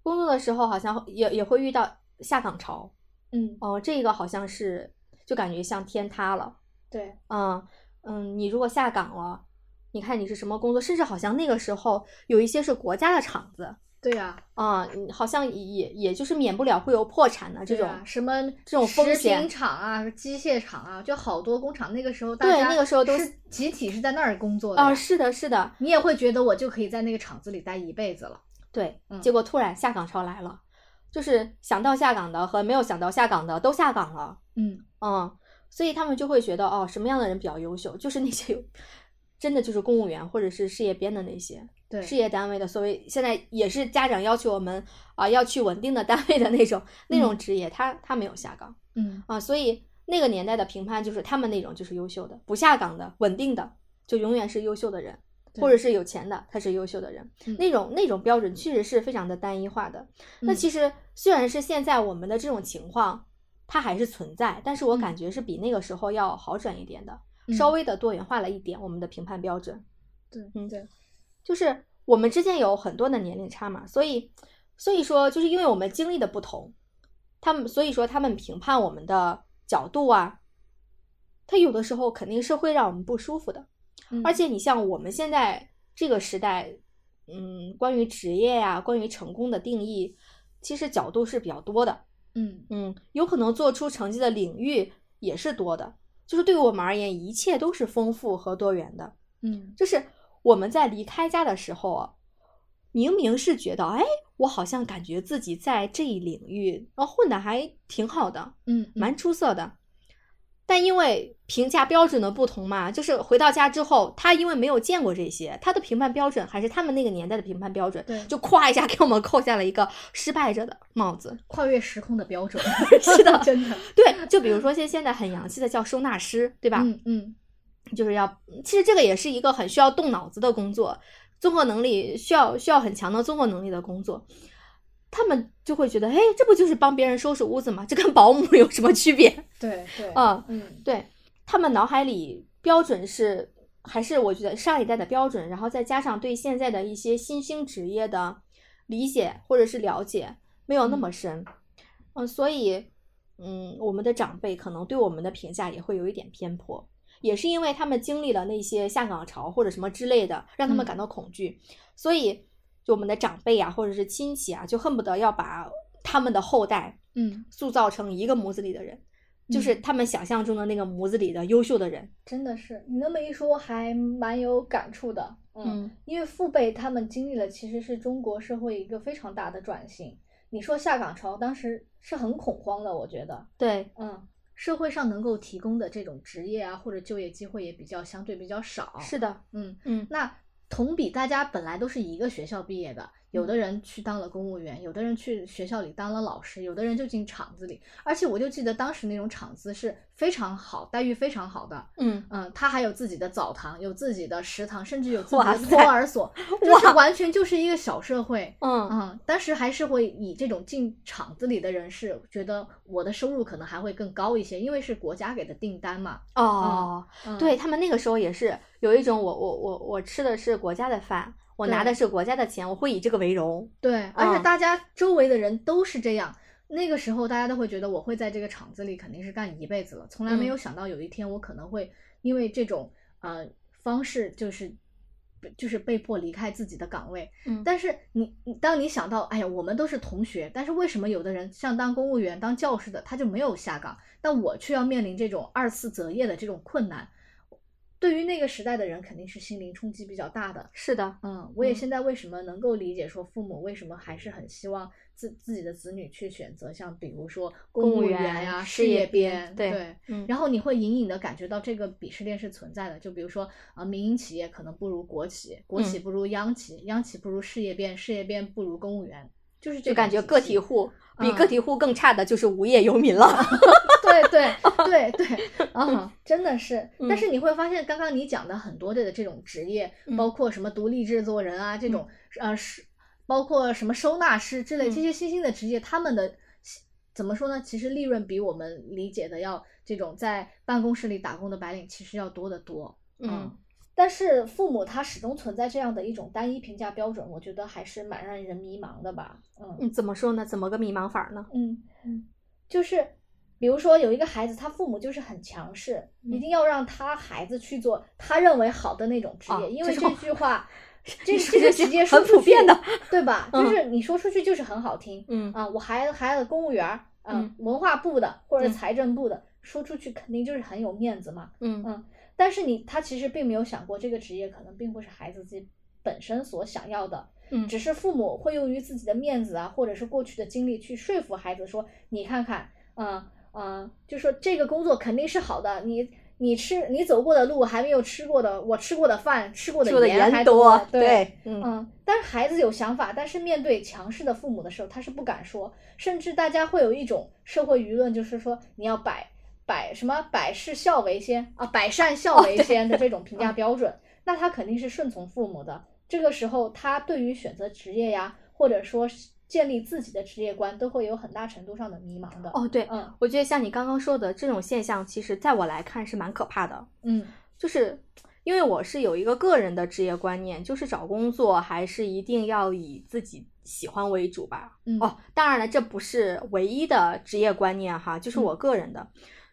C: 工作的时候好像也也会遇到下岗潮，
D: 嗯，
C: 哦、这个好像是就感觉像天塌了。
D: 对，
C: 嗯嗯，你如果下岗了，你看你是什么工作，甚至好像那个时候有一些是国家的厂子
D: 对呀、
C: 啊、嗯好像也也就是免不了会有破产的这
D: 对
C: 种。
D: 呀什么
C: 这种风
D: 食
C: 险
D: 品厂啊、机械厂啊，就好多工厂，那个时候大
C: 对
D: 家
C: 那个时候都
D: 是
C: 是
D: 集体是在那儿工作的
C: 啊、
D: 呀
C: 是的，是的，
D: 你也会觉得我就可以在那个厂子里待一辈子了。
C: 对。
D: 嗯
C: 结果突然下岗潮来了，就是想到下岗的和没有想到下岗的都下岗了，
D: 嗯
C: 嗯，所以他们就会觉得哦，什么样的人比较优秀，就是那些有真的就是公务员或者是事业编的那些，
D: 对，
C: 事业单位的，所谓现在也是家长要求我们啊、要去稳定的单位的那种那种职业，他他没有下岗
D: 嗯
C: 啊，所以那个年代的评判就是他们那种就是优秀的，不下岗的稳定的就永远是优秀的人，
D: 对
C: 或者是有钱的他是优秀的人，
D: 嗯
C: 那种那种标准确实是非常的单一化的。那
D: 嗯
C: 其实虽然是现在我们的这种情况，它还是存在，但是我感觉是比那个时候要好转一点的，
D: 嗯
C: 稍微的多元化了一点我们的评判标准。
D: 对
C: 嗯
D: 对
C: 就是我们之间有很多的年龄差嘛，所以所以说就是因为我们经历的不同，他们所以说他们评判我们的角度啊，他有的时候肯定是会让我们不舒服的。
D: 嗯
C: 而且你像我们现在这个时代，嗯，关于职业呀、关于成功的定义，其实角度是比较多的。
D: 嗯
C: 嗯，有可能做出成绩的领域也是多的。就是对于我们而言，一切都是丰富和多元的。
D: 嗯
C: 就是我们在离开家的时候啊，明明是觉得，哎，我好像感觉自己在这一领域，然后混的还挺好的，
D: 嗯，
C: 蛮出色的。但因为评价标准的不同嘛，就是回到家之后，他因为没有见过这些，他的评判标准还是他们那个年代的评判标准
D: 对，
C: 就咵一下给我们扣下了一个失败者的帽子。
D: 跨越时空的标准，
C: [LAUGHS] 是的
D: [LAUGHS] 真的，嗯
C: 对，就比如说现现在很洋气的叫收纳师，对吧？
D: 嗯嗯
C: 就是要，其实这个也是一个很需要动脑子的工作，综合能力需要需要很强的综合能力的工作。他们就会觉得，哎，这不就是帮别人收拾屋子吗？这跟保姆 [LAUGHS] 有什么区别
D: 对对
C: 啊？
D: 嗯
C: 对他们脑海里标准是还是我觉得上一代的标准，然后再加上对现在的一些新兴职业的理解或者是了解没有那么深，嗯、所以嗯，我们的长辈可能对我们的评价也会有一点偏颇，也是因为他们经历了那些下岗潮或者什么之类的，让他们
D: 嗯
C: 感到恐惧，所以就我们的长辈啊或者是亲戚啊，就恨不得要把他们的后代
D: 嗯，
C: 塑造成一个模子里的人，就是
D: 嗯
C: 他们想象中的那个模子里的优秀的人。
D: 真的是你那么一说，还蛮有感触的。
C: 嗯
D: 因为父辈他们经历了其实是中国社会一个非常大的转型。你说下岗潮当时是很恐慌的，我觉得，
C: 对，
D: 嗯，社会上能够提供的这种职业啊或者就业机会也比较相对比较少。
C: 是的，
D: 嗯，
C: 嗯，
D: 那同比大家本来都是一个学校毕业的，有
C: 嗯
D: 的人去当了公务员，有的人去学校里当了老师，有的人就进厂子里。而且我就记得当时那种厂子是非常好，待遇非常好的。
C: 嗯，
D: 嗯，他还有自己的澡堂，有自己的食堂，甚至有自己
C: 哇
D: 的
C: 塞
D: 托儿
C: [LAUGHS]
D: 所，就是完全就是一个小社会。
C: 嗯，
D: 嗯，当时还是会以这种进厂子里的人是觉得我的收入可能还会更高一些，因为是国家给的订单嘛。
C: 哦，
D: 嗯、
C: 对他们那个时候也是有一种我我我我吃的是国家的饭，我拿
D: 对
C: 的是国家的钱，我会以这个为荣。
D: 对，而且
C: 嗯
D: 大家周围的人都是这样。那个时候，大家都会觉得我会在这个厂子里肯定是干一辈子了，从来没有想到有一天我可能会因为这种呃方式，就是就是被迫离开自己的岗位。
C: 嗯
D: 但是你你当你想到，哎呀，我们都是同学，但是为什么有的人像当公务员、当教师的他就没有下岗，但我却要面临这种二次择业的这种困难？对于那个时代的人，肯定是心灵冲击比较大的。
C: 是的，
D: 嗯，我也
C: 嗯
D: 现在为什么能够理解说父母为什么还是很希望自自己的子女去选择像比如说
C: 公
D: 务
C: 务
D: 员
C: 员
D: 呀、
C: 事
D: 事
C: 业
D: 业
C: 编对
D: 对。
C: 嗯，
D: 然后你会隐隐的感觉到这个鄙视链是存在的，就比如说啊、呃民营企业可能不如国企，国
C: 嗯
D: 企不如央企，央企不如事业编，事业编不如公务员，就是这
C: 就感
D: 种
C: 觉
D: 体
C: 个
D: 系
C: 体户比
D: 嗯
C: 个体户更差的就是无业游民了。
D: [LAUGHS] 对对
C: [LAUGHS]
D: 对对，啊，真的是。但
C: 嗯
D: 是你会发现，刚刚你讲的很多的这种职业，包
C: 嗯
D: 括什么独立制作人啊，这种呃是，包括什么收纳师之类
C: 嗯
D: 这些新兴的职业，他们的怎么说呢？其实利润比我们理解的要这种在办公室里打工的白领其实要多得多。啊
C: 嗯，
D: 但是父母他始终存在这样的一种单一评价标准，我觉得还是蛮让人迷茫的吧。嗯
C: 嗯，怎么说呢？怎么个迷茫法儿呢？ [LAUGHS]
D: 嗯，嗯，就是比如说有一个孩子，他父母就是很强势，一
C: 嗯
D: 定要让他孩子去做他认为好的那种职业，
C: 啊
D: 因为
C: 这
D: 这
C: 种
D: 句话，这
C: 你
D: 这
C: 说
D: 个
C: 这
D: 直
C: 些
D: 接说
C: 很
D: 出
C: 普遍
D: 去
C: 的，
D: 对吧？就
C: 嗯
D: 是你说出去就是很好听
C: 嗯
D: 啊，我孩子孩子公务员儿，啊
C: 嗯，
D: 文化部的或者
C: 嗯
D: 财政部的，说出去肯定就是很有面子嘛。
C: 嗯
D: 但是你他其实并没有想过，这个职业可能并不是孩子自己本身所想要的，
C: 嗯
D: 只是父母会用于自己的面子啊，或者是过去的经历去说服孩子说，你看看，嗯嗯，就说这个工作肯定是好的，你你吃你走过的路还没有吃过的，我吃过的饭吃过
C: 说的
D: 盐还
C: 言多，
D: 对。
C: 对，嗯
D: 嗯，但是孩子有想法，但是面对强势的父母的时候，他是不敢说，甚至大家会有一种社会舆论，就是说你要百百什么百事孝为先啊，百善
C: 哦
D: 孝为先的这种
C: 嗯
D: 评价标准，那他肯定是顺从父母的。这个时候，他对于选择职业呀，或者说是建立自己的职业观，都会有很大程度上的迷茫的。
C: 哦对，
D: 嗯
C: 我觉得像你刚刚说的这种现象，其实在我来看是蛮可怕的。
D: 嗯
C: 就是因为我是有一个个人的职业观念，就是找工作还是一定要以自己喜欢为主吧。
D: 嗯
C: 哦，当然了，这不是唯一的职业观念哈，就是我个人的。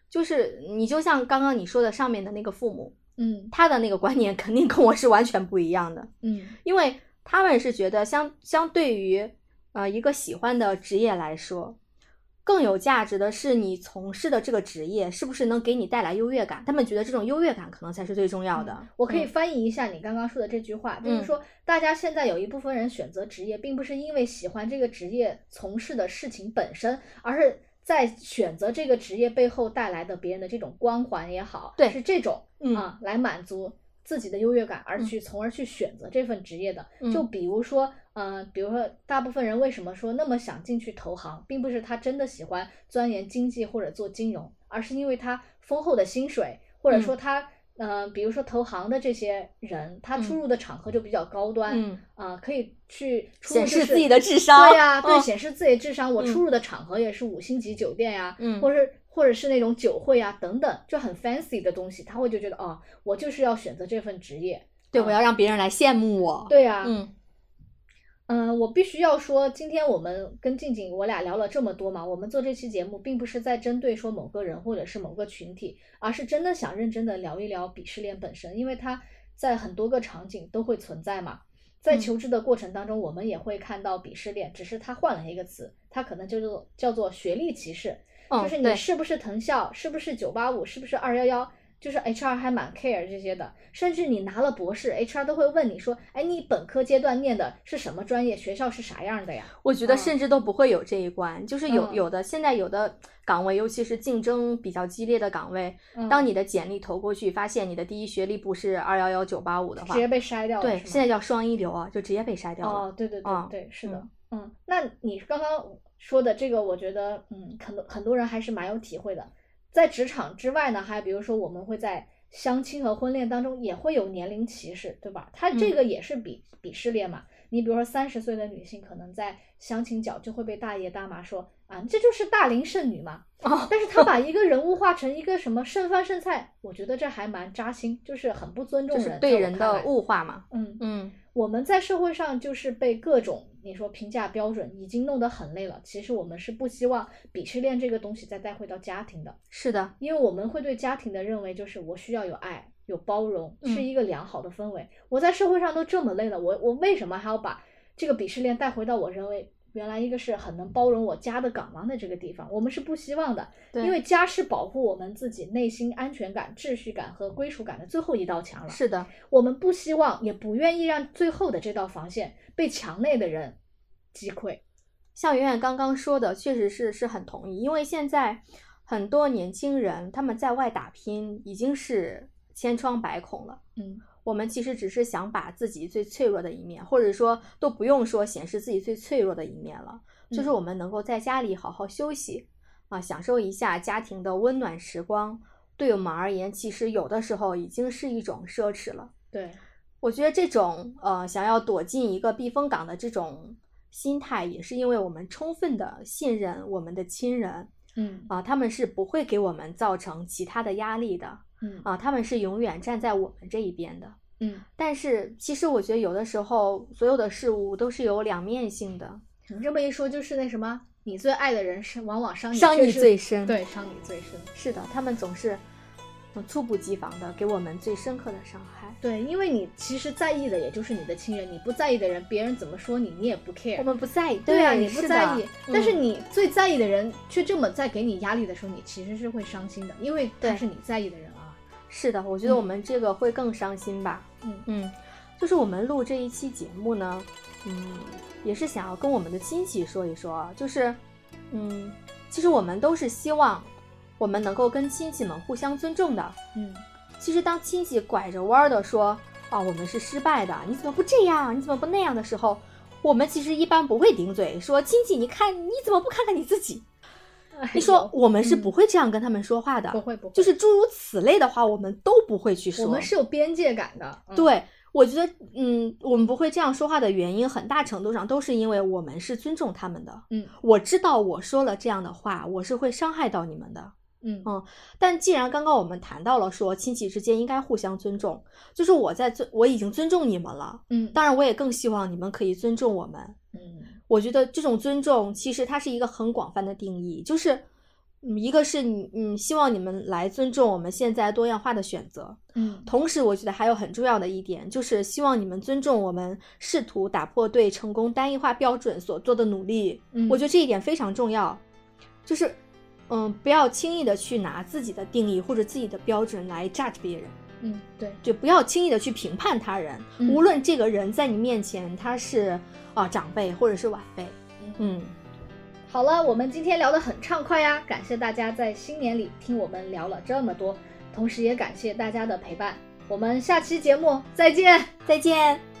C: 就是你就像刚刚你说的上面的那个父母，
D: 嗯
C: 他的那个观念肯定跟我是完全不一样的，
D: 嗯
C: 因为他们是觉得相相对于呃一个喜欢的职业来说，更有价值的是你从事的这个职业是不是能给你带来优越感，他们觉得这种优越感可能才是最重要的。
D: 我可以
C: 嗯
D: 翻译一下你刚刚说的这句话，就是
C: 嗯
D: 说，大家现在有一部分人选择职业，并不是因为喜欢这个职业从事的事情本身，而是在选择这个职业背后带来的别人的这种光环也好，
C: 对
D: 是这种、
C: 嗯
D: 啊来满足自己的优越感，而
C: 嗯
D: 去、从而去选择这份职业的。
C: 嗯
D: 就比如说，嗯、比如说，大部分人为什么说那么想进去投行，并不是他真的喜欢钻研经济或者做金融，而是因为他丰厚的薪水，或者
C: 嗯
D: 说他、嗯，比如说投行的这些人，他出
C: 嗯
D: 入的场合就比较高端，啊、
C: 嗯，
D: 可以去出
C: 显
D: 入就
C: 示
D: 是
C: 自己的智商，
D: 对呀、对，
C: 嗯
D: 显示自己智商。我
C: 嗯
D: 出入的场合也是五星级酒店呀、
C: 嗯
D: 或是或者是那种酒会啊等等，就很 fancy 的东西，他会就觉得哦，我就是要选择这份职业。
C: 对，我要让别人来羡慕我。
D: 嗯对啊呀、
C: 嗯，
D: 嗯，我必须要说，今天我们跟静静我俩聊了这么多嘛，我们做这期节目并不是在针对说某个人或者是某个群体，而是真的想认真的聊一聊鄙视链本身，因为它在很多个场景都会存在嘛。在
C: 嗯
D: 求职的过程当中，我们也会看到鄙视链，只是它换了一个词，它可能叫做叫做学历歧视，
C: 嗯，
D: 就是你
C: 对
D: 是不是藤校，是不是九八五，是不是二幺幺，就是 HR 还蛮 care 这些的，甚至你拿了博士，HR 都会问你说，哎，你本科阶段念的是什么专业，学校是啥样的呀？
C: 我觉得
D: 嗯
C: 甚至都不会有这一关，就是有
D: 嗯
C: 有的现在有的岗位，尤其是竞争比较激烈的岗位，
D: 嗯
C: 当你的简历投过去，发现你的第一学历不是二幺幺九八五的话
D: 直，接被筛掉了，
C: 对，
D: 是吗
C: 现在叫双一流啊，就直接被筛掉了。
D: 哦，对对对
C: 啊
D: 对，是的
C: 嗯，
D: 嗯，那你刚刚说的这个，我觉得，嗯，很多很多人还是蛮有体会的。在职场之外呢，还比如说我们会在相亲和婚恋当中也会有年龄歧视，对吧？它这
C: 嗯
D: 个也是鄙鄙视链嘛。你比如说三十岁的女性，可能在相亲角就会被大爷大妈说啊，这就是大龄剩女嘛。
C: 哦
D: 但是他把一个人物画成一个什么剩饭剩菜，我觉得这还蛮扎心，就是很不尊重
C: 就
D: 人，
C: 是
D: 在
C: 对
D: 我
C: 人
D: 看
C: 的
D: 来
C: 物化嘛。
D: 嗯
C: 嗯，
D: 我们在社会上就是被各种你说评价标准已经弄得很累了。其实我们是不希望鄙视链这个东西再带回到家庭的，
C: 是的，
D: 因为我们会对家庭的认为就是我需要有爱、有包容，
C: 嗯
D: 是一个良好的氛围。我在社会上都这么累了，我我为什么还要把这个鄙视链带回到我认为原来一个是很能包容我家的港湾的这个地方？我们是不希望的，
C: 对
D: 因为家是保护我们自己内心安全感、秩序感和归属感的最后一道墙了。
C: 是的，
D: 我们不希望，也不愿意让最后的这道防线被墙内的人击溃。
C: 像圆圆刚刚说的，确实是是很同意，因为现在很多年轻人他们在外打拼已经是千疮百孔了。
D: 嗯，
C: 我们其实只是想把自己最脆弱的一面，或者说都不用说显示自己最脆弱的一面了，
D: 嗯
C: 就是我们能够在家里好好休息，啊，享受一下家庭的温暖时光。对我们而言，其实有的时候已经是一种奢侈了。
D: 对，
C: 我觉得这种呃想要躲进一个避风港的这种心态，也是因为我们充分的信任我们的亲人
D: 嗯
C: 啊、他们是不会给我们造成其他的压力的啊、
D: 嗯
C: 他们是永远站在我们这一边的。
D: 嗯，
C: 但是其实我觉得有的时候所有的事物都是有两面性的，
D: 你这么一说，就是那什么，你最爱的人是往往伤你
C: 伤你
D: 深
C: 最深。，
D: 对，伤你最深。
C: 是的，他们总是嗯猝不及防的给我们最深刻的伤害。
D: 对，因为你其实在意的也就是你的亲人，你不在意的人，别人怎么说你，你也不
C: 我
D: care。
C: 们不在意，
D: 对啊，你
C: 是
D: 不
C: 的
D: 在意，但是
C: 嗯
D: 你最在意的人却这么在给你压力的时候，你其实是会伤心的，因为他
C: 对
D: 是你在意的人啊。
C: 是的，我觉得我
D: 嗯
C: 们这个会更伤心吧。
D: 嗯
C: 嗯，就是我们录这一期节目呢，嗯，也是想要跟我们的亲戚说一说啊，就是，嗯，其实我们都是希望我们能够跟亲戚们互相尊重的。
D: 嗯，
C: 其实当亲戚拐着弯儿的说啊，我们是失败的，你怎么不这样，你怎么不那样的时候，我们其实一般不会顶嘴，说亲戚，你看你怎么不看看你自己？
D: 哎
C: 你说
D: 呦
C: 我们是
D: 嗯
C: 不会这样跟他们说话的，
D: 不会不会，
C: 就是诸如此类的话，我们都不会去说。
D: 我们是有边界感的。嗯，
C: 对，我觉得，嗯，我们不会这样说话的原因，很大程度上都是因为我们是尊重他们的。
D: 嗯
C: 我知道我说了这样的话，我是会伤害到你们的。
D: 嗯
C: 哦但既然刚刚我们谈到了说亲戚之间应该互相尊重，就是我在尊我已经尊重你们了，
D: 嗯
C: 当然我也更希望你们可以尊重我们。
D: 嗯
C: 我觉得这种尊重其实它是一个很广泛的定义，就是，嗯，一个是你，嗯，希望你们来尊重我们现在多样化的选择，
D: 嗯
C: 同时，我觉得还有很重要的一点，就是希望你们尊重我们试图打破对成功单一化标准所做的努力。
D: 嗯
C: 我觉得这一点非常重要，就是，嗯，不要轻易的去拿自己的定义或者自己的标准来 judge 别人，
D: 嗯，对，
C: 就不要轻易的去评判他人，
D: 嗯
C: 无论这个人在你面前他是啊、长辈或者是晚辈。嗯，
D: 好了，我们今天聊得很畅快呀，感谢大家在新年里听我们聊了这么多，同时也感谢大家的陪伴，我们下期节目再见。
C: 再见。